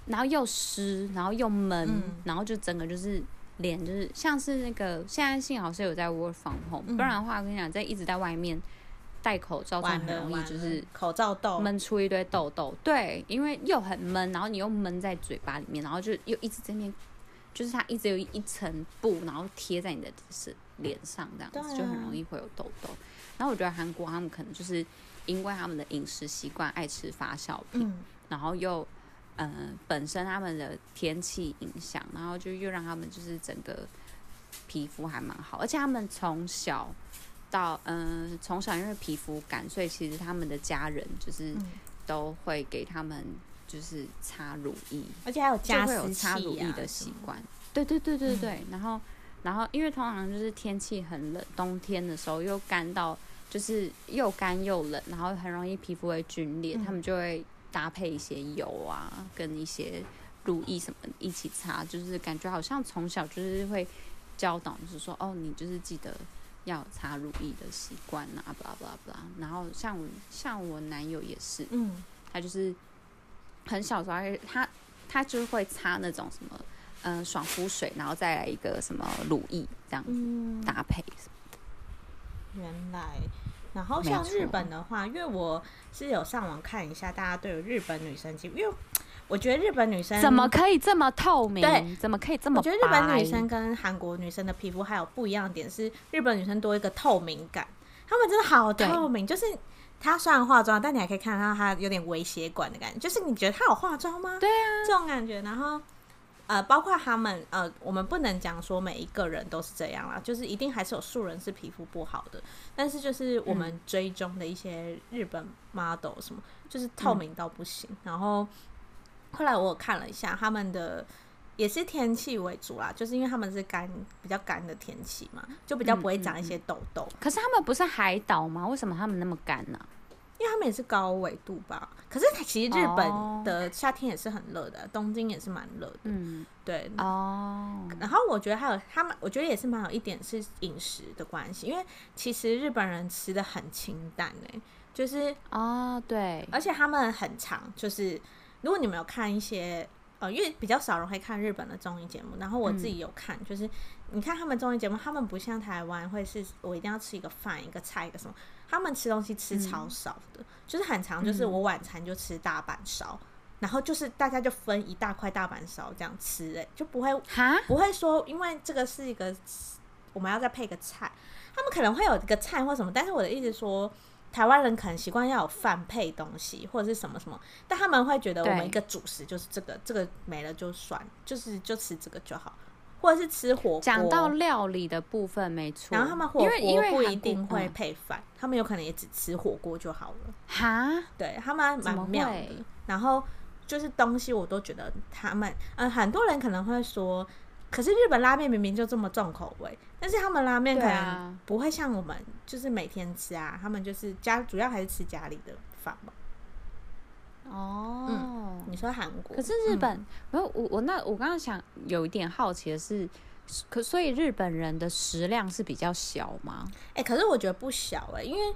Speaker 1: 然后又湿，然后又闷，
Speaker 2: 嗯
Speaker 1: 然后就整个就是脸就是像是那个现在幸好是有在 work from home，、
Speaker 2: 嗯
Speaker 1: 不然的话我跟你讲，在一直在外面戴口罩，真
Speaker 2: 完
Speaker 1: 的
Speaker 2: 了
Speaker 1: 很容易
Speaker 2: 完
Speaker 1: 就是
Speaker 2: 了口罩痘，
Speaker 1: 闷出一堆痘痘。对，因为又很闷，然后你又闷在嘴巴里面，然后就又一直在那边，就是它一直有一层布，然后贴在你的是脸上这样
Speaker 2: 对
Speaker 1: 子，
Speaker 2: 啊
Speaker 1: 就很容易会有痘痘。然后我觉得韩国他们可能就是因为他们的饮食习惯爱吃发酵品，
Speaker 2: 嗯，
Speaker 1: 然后又呃本身他们的天气影响，然后就又让他们就是整个皮肤还蛮好，而且他们从小到嗯、呃从小因为皮肤感，所以其实他们的家人就是
Speaker 2: 嗯
Speaker 1: 都会给他们就是擦乳液，
Speaker 2: 而且还有
Speaker 1: 就
Speaker 2: 加
Speaker 1: 会有
Speaker 2: 湿
Speaker 1: 擦乳
Speaker 2: 器
Speaker 1: 液
Speaker 2: 啊
Speaker 1: 的
Speaker 2: 什
Speaker 1: 习
Speaker 2: 么嗯
Speaker 1: 惯。对对对对对，然后然后因为通常就是天气很冷，冬天的时候又干到就是又干又冷，然后很容易皮肤会皲裂，他
Speaker 2: 嗯
Speaker 1: 们就会搭配一些油啊，跟一些乳液什么一起擦，就是感觉好像从小就是会教导，就是说哦，你就是记得。要有擦乳液的习惯啊，巴拉巴拉巴拉。然后像我像我男友也是，
Speaker 2: 嗯，
Speaker 1: 他就是很小的时候他就，他他就是会擦那种什么，嗯、爽肤水，然后再来一个什么乳液这样
Speaker 2: 嗯
Speaker 1: 搭配。
Speaker 2: 原来。然后
Speaker 1: 没
Speaker 2: 像
Speaker 1: 错
Speaker 2: 日本的话，因为我是有上网看一下大家对于日本女生，因为我觉得日本女生
Speaker 1: 怎么可以这么透明？
Speaker 2: 对，
Speaker 1: 怎么可以这么
Speaker 2: 我
Speaker 1: 白？
Speaker 2: 觉得日本女生跟韩国女生的皮肤还有不一样的点是，日本女生多一个透明感，她们真的好透明，就是她虽然化妆，但你还可以看到她有点微血管的感觉，就是你觉得她有化妆吗？
Speaker 1: 对
Speaker 2: 啊，这种感觉。然后呃，包括她们呃，我们不能讲说每一个人都是这样啦，就是一定还是有素人是皮肤不好的，但是就是我
Speaker 1: 嗯
Speaker 2: 们追踪的一些日本 model 什么，就是
Speaker 1: 嗯
Speaker 2: 透明到不行。然后后来我有看了一下他们的。也是天气为主啦，就是因为他们是干比较干的天气嘛，就比较不会长一
Speaker 1: 嗯
Speaker 2: 些痘痘，
Speaker 1: 可是他们不是海岛吗？为什么他们那么干啊呢、
Speaker 2: 因为他们也是高纬度吧。可是其实日
Speaker 1: 哦
Speaker 2: 本的夏天也是很热的，啊东京也是蛮热的，
Speaker 1: 嗯，
Speaker 2: 对。
Speaker 1: 哦，
Speaker 2: 然后我觉得还有他们，我觉得也是蛮有一点是饮食的关系，因为其实日本人吃的很清淡诶、就是
Speaker 1: 哦，对，
Speaker 2: 而且他们很长，就是如果你们有看一些呃，因为比较少人会看日本的综艺节目，然后我自己有看，就是你看他们综艺节目，他们不像台湾会是我一定要吃一个饭、一个菜、一个什么，他们吃东西吃超少的，就是很长，就是我晚餐就吃大阪烧，然后就是大家就分一大块大阪烧这样吃、欸，就不会
Speaker 1: 哈，
Speaker 2: 不会说，因为这个是一个我们要再配个菜，他们可能会有一个菜或什么，但是我的意思说，台湾人可能习惯要有饭配东西或者是什么什么，但他们会觉得我
Speaker 1: 对
Speaker 2: 们一个主食就是这个，这个没了就算，就是就吃这个就好，或者是吃火锅。
Speaker 1: 讲到料理的部分，没错。
Speaker 2: 然后他们火
Speaker 1: 因为因
Speaker 2: 锅
Speaker 1: 为
Speaker 2: 不
Speaker 1: 韩
Speaker 2: 一
Speaker 1: 国
Speaker 2: 定会
Speaker 1: 嗯
Speaker 2: 配饭，他们有可能也只吃火锅就好了。
Speaker 1: 哈，
Speaker 2: 对他们
Speaker 1: 怎么
Speaker 2: 蛮妙
Speaker 1: 会
Speaker 2: 的。然后就是东西，我都觉得他们，嗯、很多人可能会说，可是日本拉面明明就这么重口味，但是他们拉面可
Speaker 1: 对
Speaker 2: 能
Speaker 1: 啊
Speaker 2: 不会像我们，就是每天吃啊，他们就是家主要还是吃家里的饭吧。
Speaker 1: 哦。
Speaker 2: 你说韩国，嗯
Speaker 1: 可是日本，没有我我那我刚刚想有一点好奇的是，可所以日本人的食量是比较小吗？
Speaker 2: 哎、可是我觉得不小哎、因为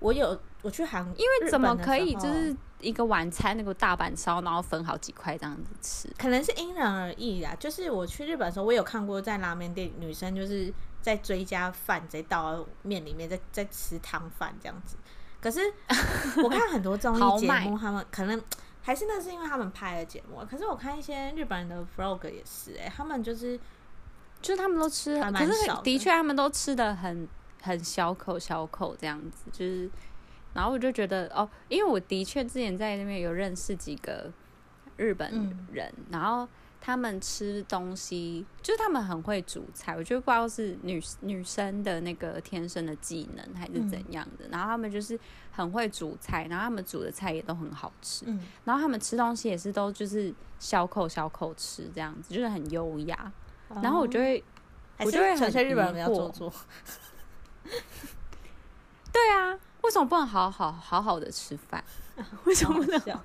Speaker 2: 我有我去韩，因
Speaker 1: 因为怎么可以就是一个晚餐那个大阪烧，然后分好几块这样子吃？
Speaker 2: 可能是因人而异啦。就是我去日本的时候，我有看过在拉面店女生就是在追加饭，直接倒到面里面，再再吃汤饭这样子。可是我看很多综
Speaker 1: 豪
Speaker 2: 艺节
Speaker 1: 迈
Speaker 2: 目，他们可能还是那是因为他们拍的节目。可是我看一些日本人的 vlog 也是、欸，哎，他们就是
Speaker 1: 就是他们都吃，
Speaker 2: 还
Speaker 1: 可
Speaker 2: 蛮
Speaker 1: 是
Speaker 2: 少的
Speaker 1: 的确他们都吃的很很小口小口这样子，就是，然后我就觉得哦，因为我的确之前在那边有认识几个日本
Speaker 2: 嗯
Speaker 1: 人，然后他们吃东西就是他们很会煮菜，我就不知道是女女生的那个天生的技能还是
Speaker 2: 嗯
Speaker 1: 怎样的，然后他们就是很会煮菜，然后他们煮的菜也都很好吃，
Speaker 2: 嗯，
Speaker 1: 然后他们吃东西也是都就是小口小口吃这样子，就是很优雅，
Speaker 2: 哦
Speaker 1: 然后我就
Speaker 2: 得
Speaker 1: 会。
Speaker 2: 嗯还
Speaker 1: 我就会
Speaker 2: 是纯粹
Speaker 1: 很
Speaker 2: 日本人比
Speaker 1: 疑
Speaker 2: 较
Speaker 1: 惑
Speaker 2: 做作。
Speaker 1: 对啊，为什么不能好好好好的吃饭？为什么不能
Speaker 2: 好笑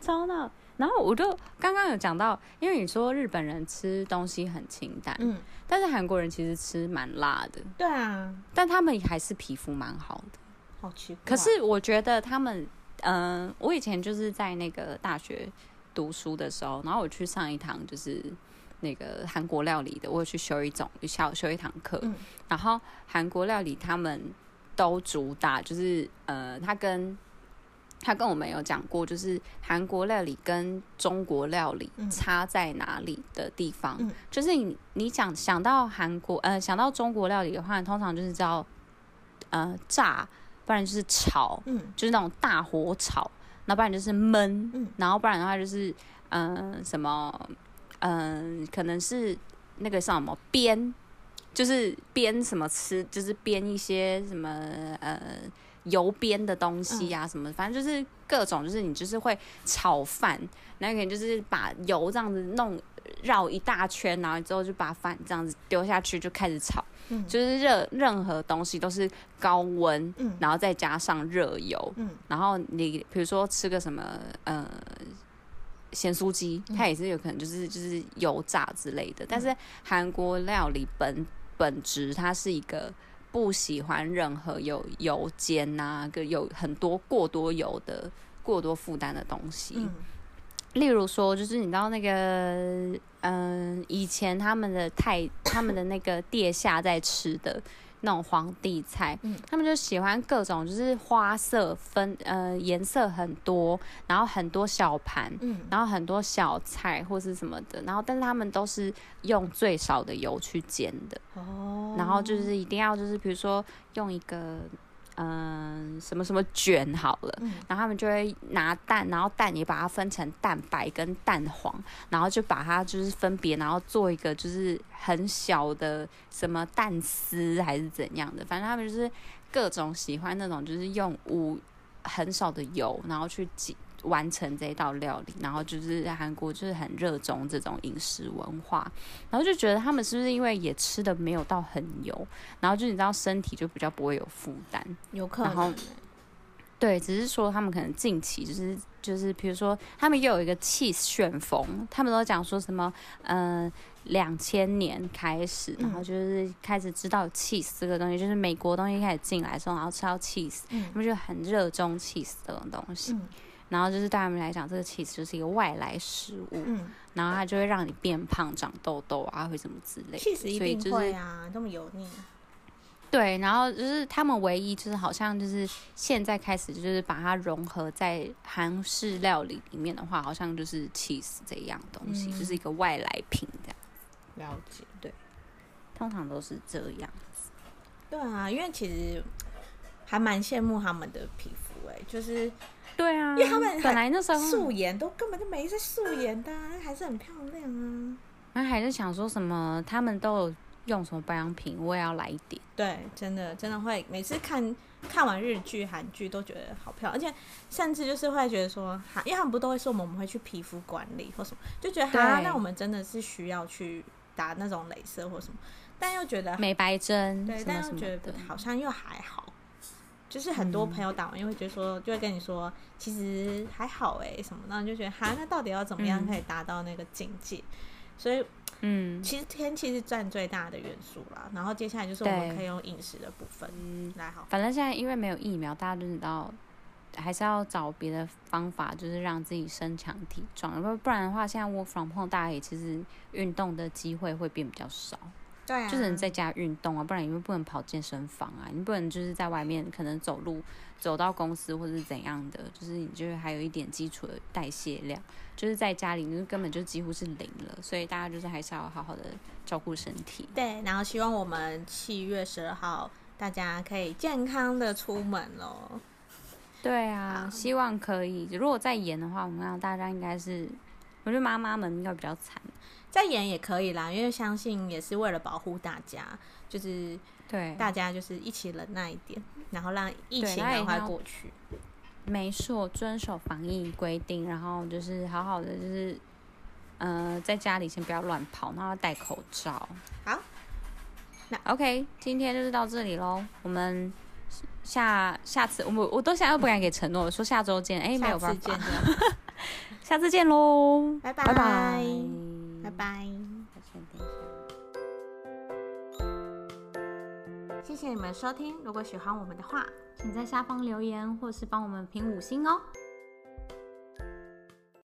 Speaker 1: 超闹？然后我就刚刚有讲到，因为你说日本人吃东西很清淡，
Speaker 2: 嗯，
Speaker 1: 但是韩国人其实吃蛮辣的，
Speaker 2: 对啊，
Speaker 1: 但他们还是皮肤蛮好的。
Speaker 2: 好奇怪。
Speaker 1: 可是我觉得他们，嗯、我以前就是在那个大学读书的时候，然后我去上一堂就是那个韩国料理的，我有去修一种小修一堂课，
Speaker 2: 嗯
Speaker 1: 然后韩国料理他们都主打就是呃，他跟他跟我们有讲过，就是韩国料理跟中国料理
Speaker 2: 嗯
Speaker 1: 差在哪里的地方，
Speaker 2: 嗯
Speaker 1: 就是你你讲想到韩国呃想到中国料理的话，你通常就是知道呃炸，不然就是炒，
Speaker 2: 嗯
Speaker 1: 就是那种大火炒，那不然就是焖，
Speaker 2: 嗯
Speaker 1: 然后不然的话就是嗯、呃什么嗯、呃可能是那个叫什么煸，就是煸什么吃，就是煸一些什么呃油煸的东西
Speaker 2: 嗯
Speaker 1: 呀、什么，反正就是各种，就是你就是会炒饭，然后可能就是把油这样子弄。绕一大圈，然后之后就把饭这样子丢下去，就开始炒。
Speaker 2: 嗯
Speaker 1: 就是任任何东西都是高温，
Speaker 2: 嗯
Speaker 1: 然后再加上热油，
Speaker 2: 嗯
Speaker 1: 然后你比如说吃个什么呃咸酥鸡，
Speaker 2: 嗯
Speaker 1: 它也是有可能就是就是油炸之类的。但是韩国料理本本质它是一个不喜欢任何有油煎呐、个有很多过多油的过多负担的东西。
Speaker 2: 嗯
Speaker 1: 例如说，就是你知道那个，嗯，以前他们的太他们的那个地下在吃的那种皇帝菜，
Speaker 2: 嗯
Speaker 1: 他们就喜欢各种就是花色分，呃，颜色很多，然后很多小盘，
Speaker 2: 嗯
Speaker 1: 然后很多小菜或是什么的，然后但是他们都是用最少的油去煎的，
Speaker 2: 哦，
Speaker 1: 然后就是一定要就是比如说用一个，嗯，什么什么卷好了。
Speaker 2: 嗯
Speaker 1: 然后他们就会拿蛋，然后蛋也把它分成蛋白跟蛋黄，然后就把它就是分别，然后做一个就是很小的什么蛋丝还是怎样的，反正他们就是各种喜欢那种就是用无很少的油，然后去挤完成这一道料理，然后就是韩国就是很热衷这种饮食文化，然后就觉得他们是不是因为也吃的没有到很油，然后就你知道身体就比较不会有负担，
Speaker 2: 有可
Speaker 1: 然后
Speaker 2: 能欸，
Speaker 1: 对，只是说他们可能近期就是就是，比如说他们又有一个 cheese 旋风，他们都讲说什么，呃，两千年开始，然后
Speaker 2: 嗯
Speaker 1: 就是开始知道 cheese 这个东西，就是美国东西开始进来的时候，然后吃到 cheese，
Speaker 2: 嗯
Speaker 1: 他们就很热衷 cheese 这种东西，
Speaker 2: 嗯
Speaker 1: 然后就是对他们来讲，这个 cheese 就是一个外来食物，
Speaker 2: 嗯，
Speaker 1: 然后它就会让你变胖、长痘痘啊，会什么之类的，
Speaker 2: 确实一
Speaker 1: 所以
Speaker 2: 定
Speaker 1: 就是
Speaker 2: 会啊，这么油腻，
Speaker 1: 对，然后就是他们唯一就是好像就是现在开始就是把它融合在韩式料理里面的话，好像就是 cheese 这一样东西，
Speaker 2: 嗯
Speaker 1: 就是一个外来品这样，
Speaker 2: 了解。
Speaker 1: 通常都是这样。
Speaker 2: 对啊，因为其实还蛮羡慕他们的皮肤哎、就是
Speaker 1: 对啊，
Speaker 2: 因为他们很
Speaker 1: 本来那时候
Speaker 2: 素颜都根本就没在素颜的啊、还是很漂亮啊。
Speaker 1: 那还是想说什么，他们都有用什么保养品，我也要来一点。
Speaker 2: 对，真的真的会每次看看完日剧、韩剧都觉得好漂亮，而且甚至就是会觉得说，哈，因为他们不都会说我们我们会去皮肤管理或什么，就觉得哈，
Speaker 1: 对
Speaker 2: 那我们真的是需要去打那种镭射或什么，但又觉得
Speaker 1: 美白针
Speaker 2: 啊对，
Speaker 1: 什么
Speaker 2: 但
Speaker 1: 什
Speaker 2: 又
Speaker 1: 么
Speaker 2: 觉
Speaker 1: 的嗯
Speaker 2: 得，好像又还好。就是很多朋友打完又会觉得说，就会跟你说，其实还好哎、什么，然后你就觉得哈，那到底要怎么样
Speaker 1: 嗯
Speaker 2: 可以达到那个境界？所以
Speaker 1: 嗯
Speaker 2: 其实天气是占最大的元素啦。然后接下来就是我
Speaker 1: 对
Speaker 2: 们可以用饮食的部分
Speaker 1: 嗯，
Speaker 2: 来好。
Speaker 1: 反正现在因为没有疫苗，大家都知道，还是要找别的方法，就是让自己身强体壮。不不然的话，现在 work from home，大家也其实运动的机会会变比较少，
Speaker 2: 对啊，
Speaker 1: 就只能在家运动啊，不然你又不能跑健身房啊，你不能就是在外面可能走路走到公司或者是怎样的，就是你就是还有一点基础的代谢量，就是在家里你就根本就几乎是零了，所以大家就是还是要好好的照顾身体。
Speaker 2: 对，然后希望我们七月十二号大家可以健康的出门哦。
Speaker 1: 对啊，
Speaker 2: 好
Speaker 1: 希望可以。如果再演的话，我们让大家应该是，我觉得妈妈们应该比较惨。
Speaker 2: 再演也可以啦，因为相信也是为了保护大家，就是
Speaker 1: 对，
Speaker 2: 大家就是一起忍耐一点，然后让疫
Speaker 1: 对
Speaker 2: 情
Speaker 1: 大家
Speaker 2: 赶快
Speaker 1: 一定要
Speaker 2: 过去。
Speaker 1: 没错，遵守防疫规定，然后就是好好的，就是呃，在家里先不要乱跑，然后要戴口罩。
Speaker 2: 好，那
Speaker 1: OK，今天就是到这里喽。我们下下次，我们我都想要不敢给承诺，说下周见，哎，没有
Speaker 2: 下
Speaker 1: 办
Speaker 2: 次
Speaker 1: <laughs>
Speaker 2: 见
Speaker 1: 法，
Speaker 2: 了，
Speaker 1: 下次见喽，
Speaker 2: 拜拜
Speaker 1: 拜拜，
Speaker 2: 拜。拜。谢谢你们收听，如果喜欢我们的话，
Speaker 1: 请在下方留言，或是帮我们评五星哦。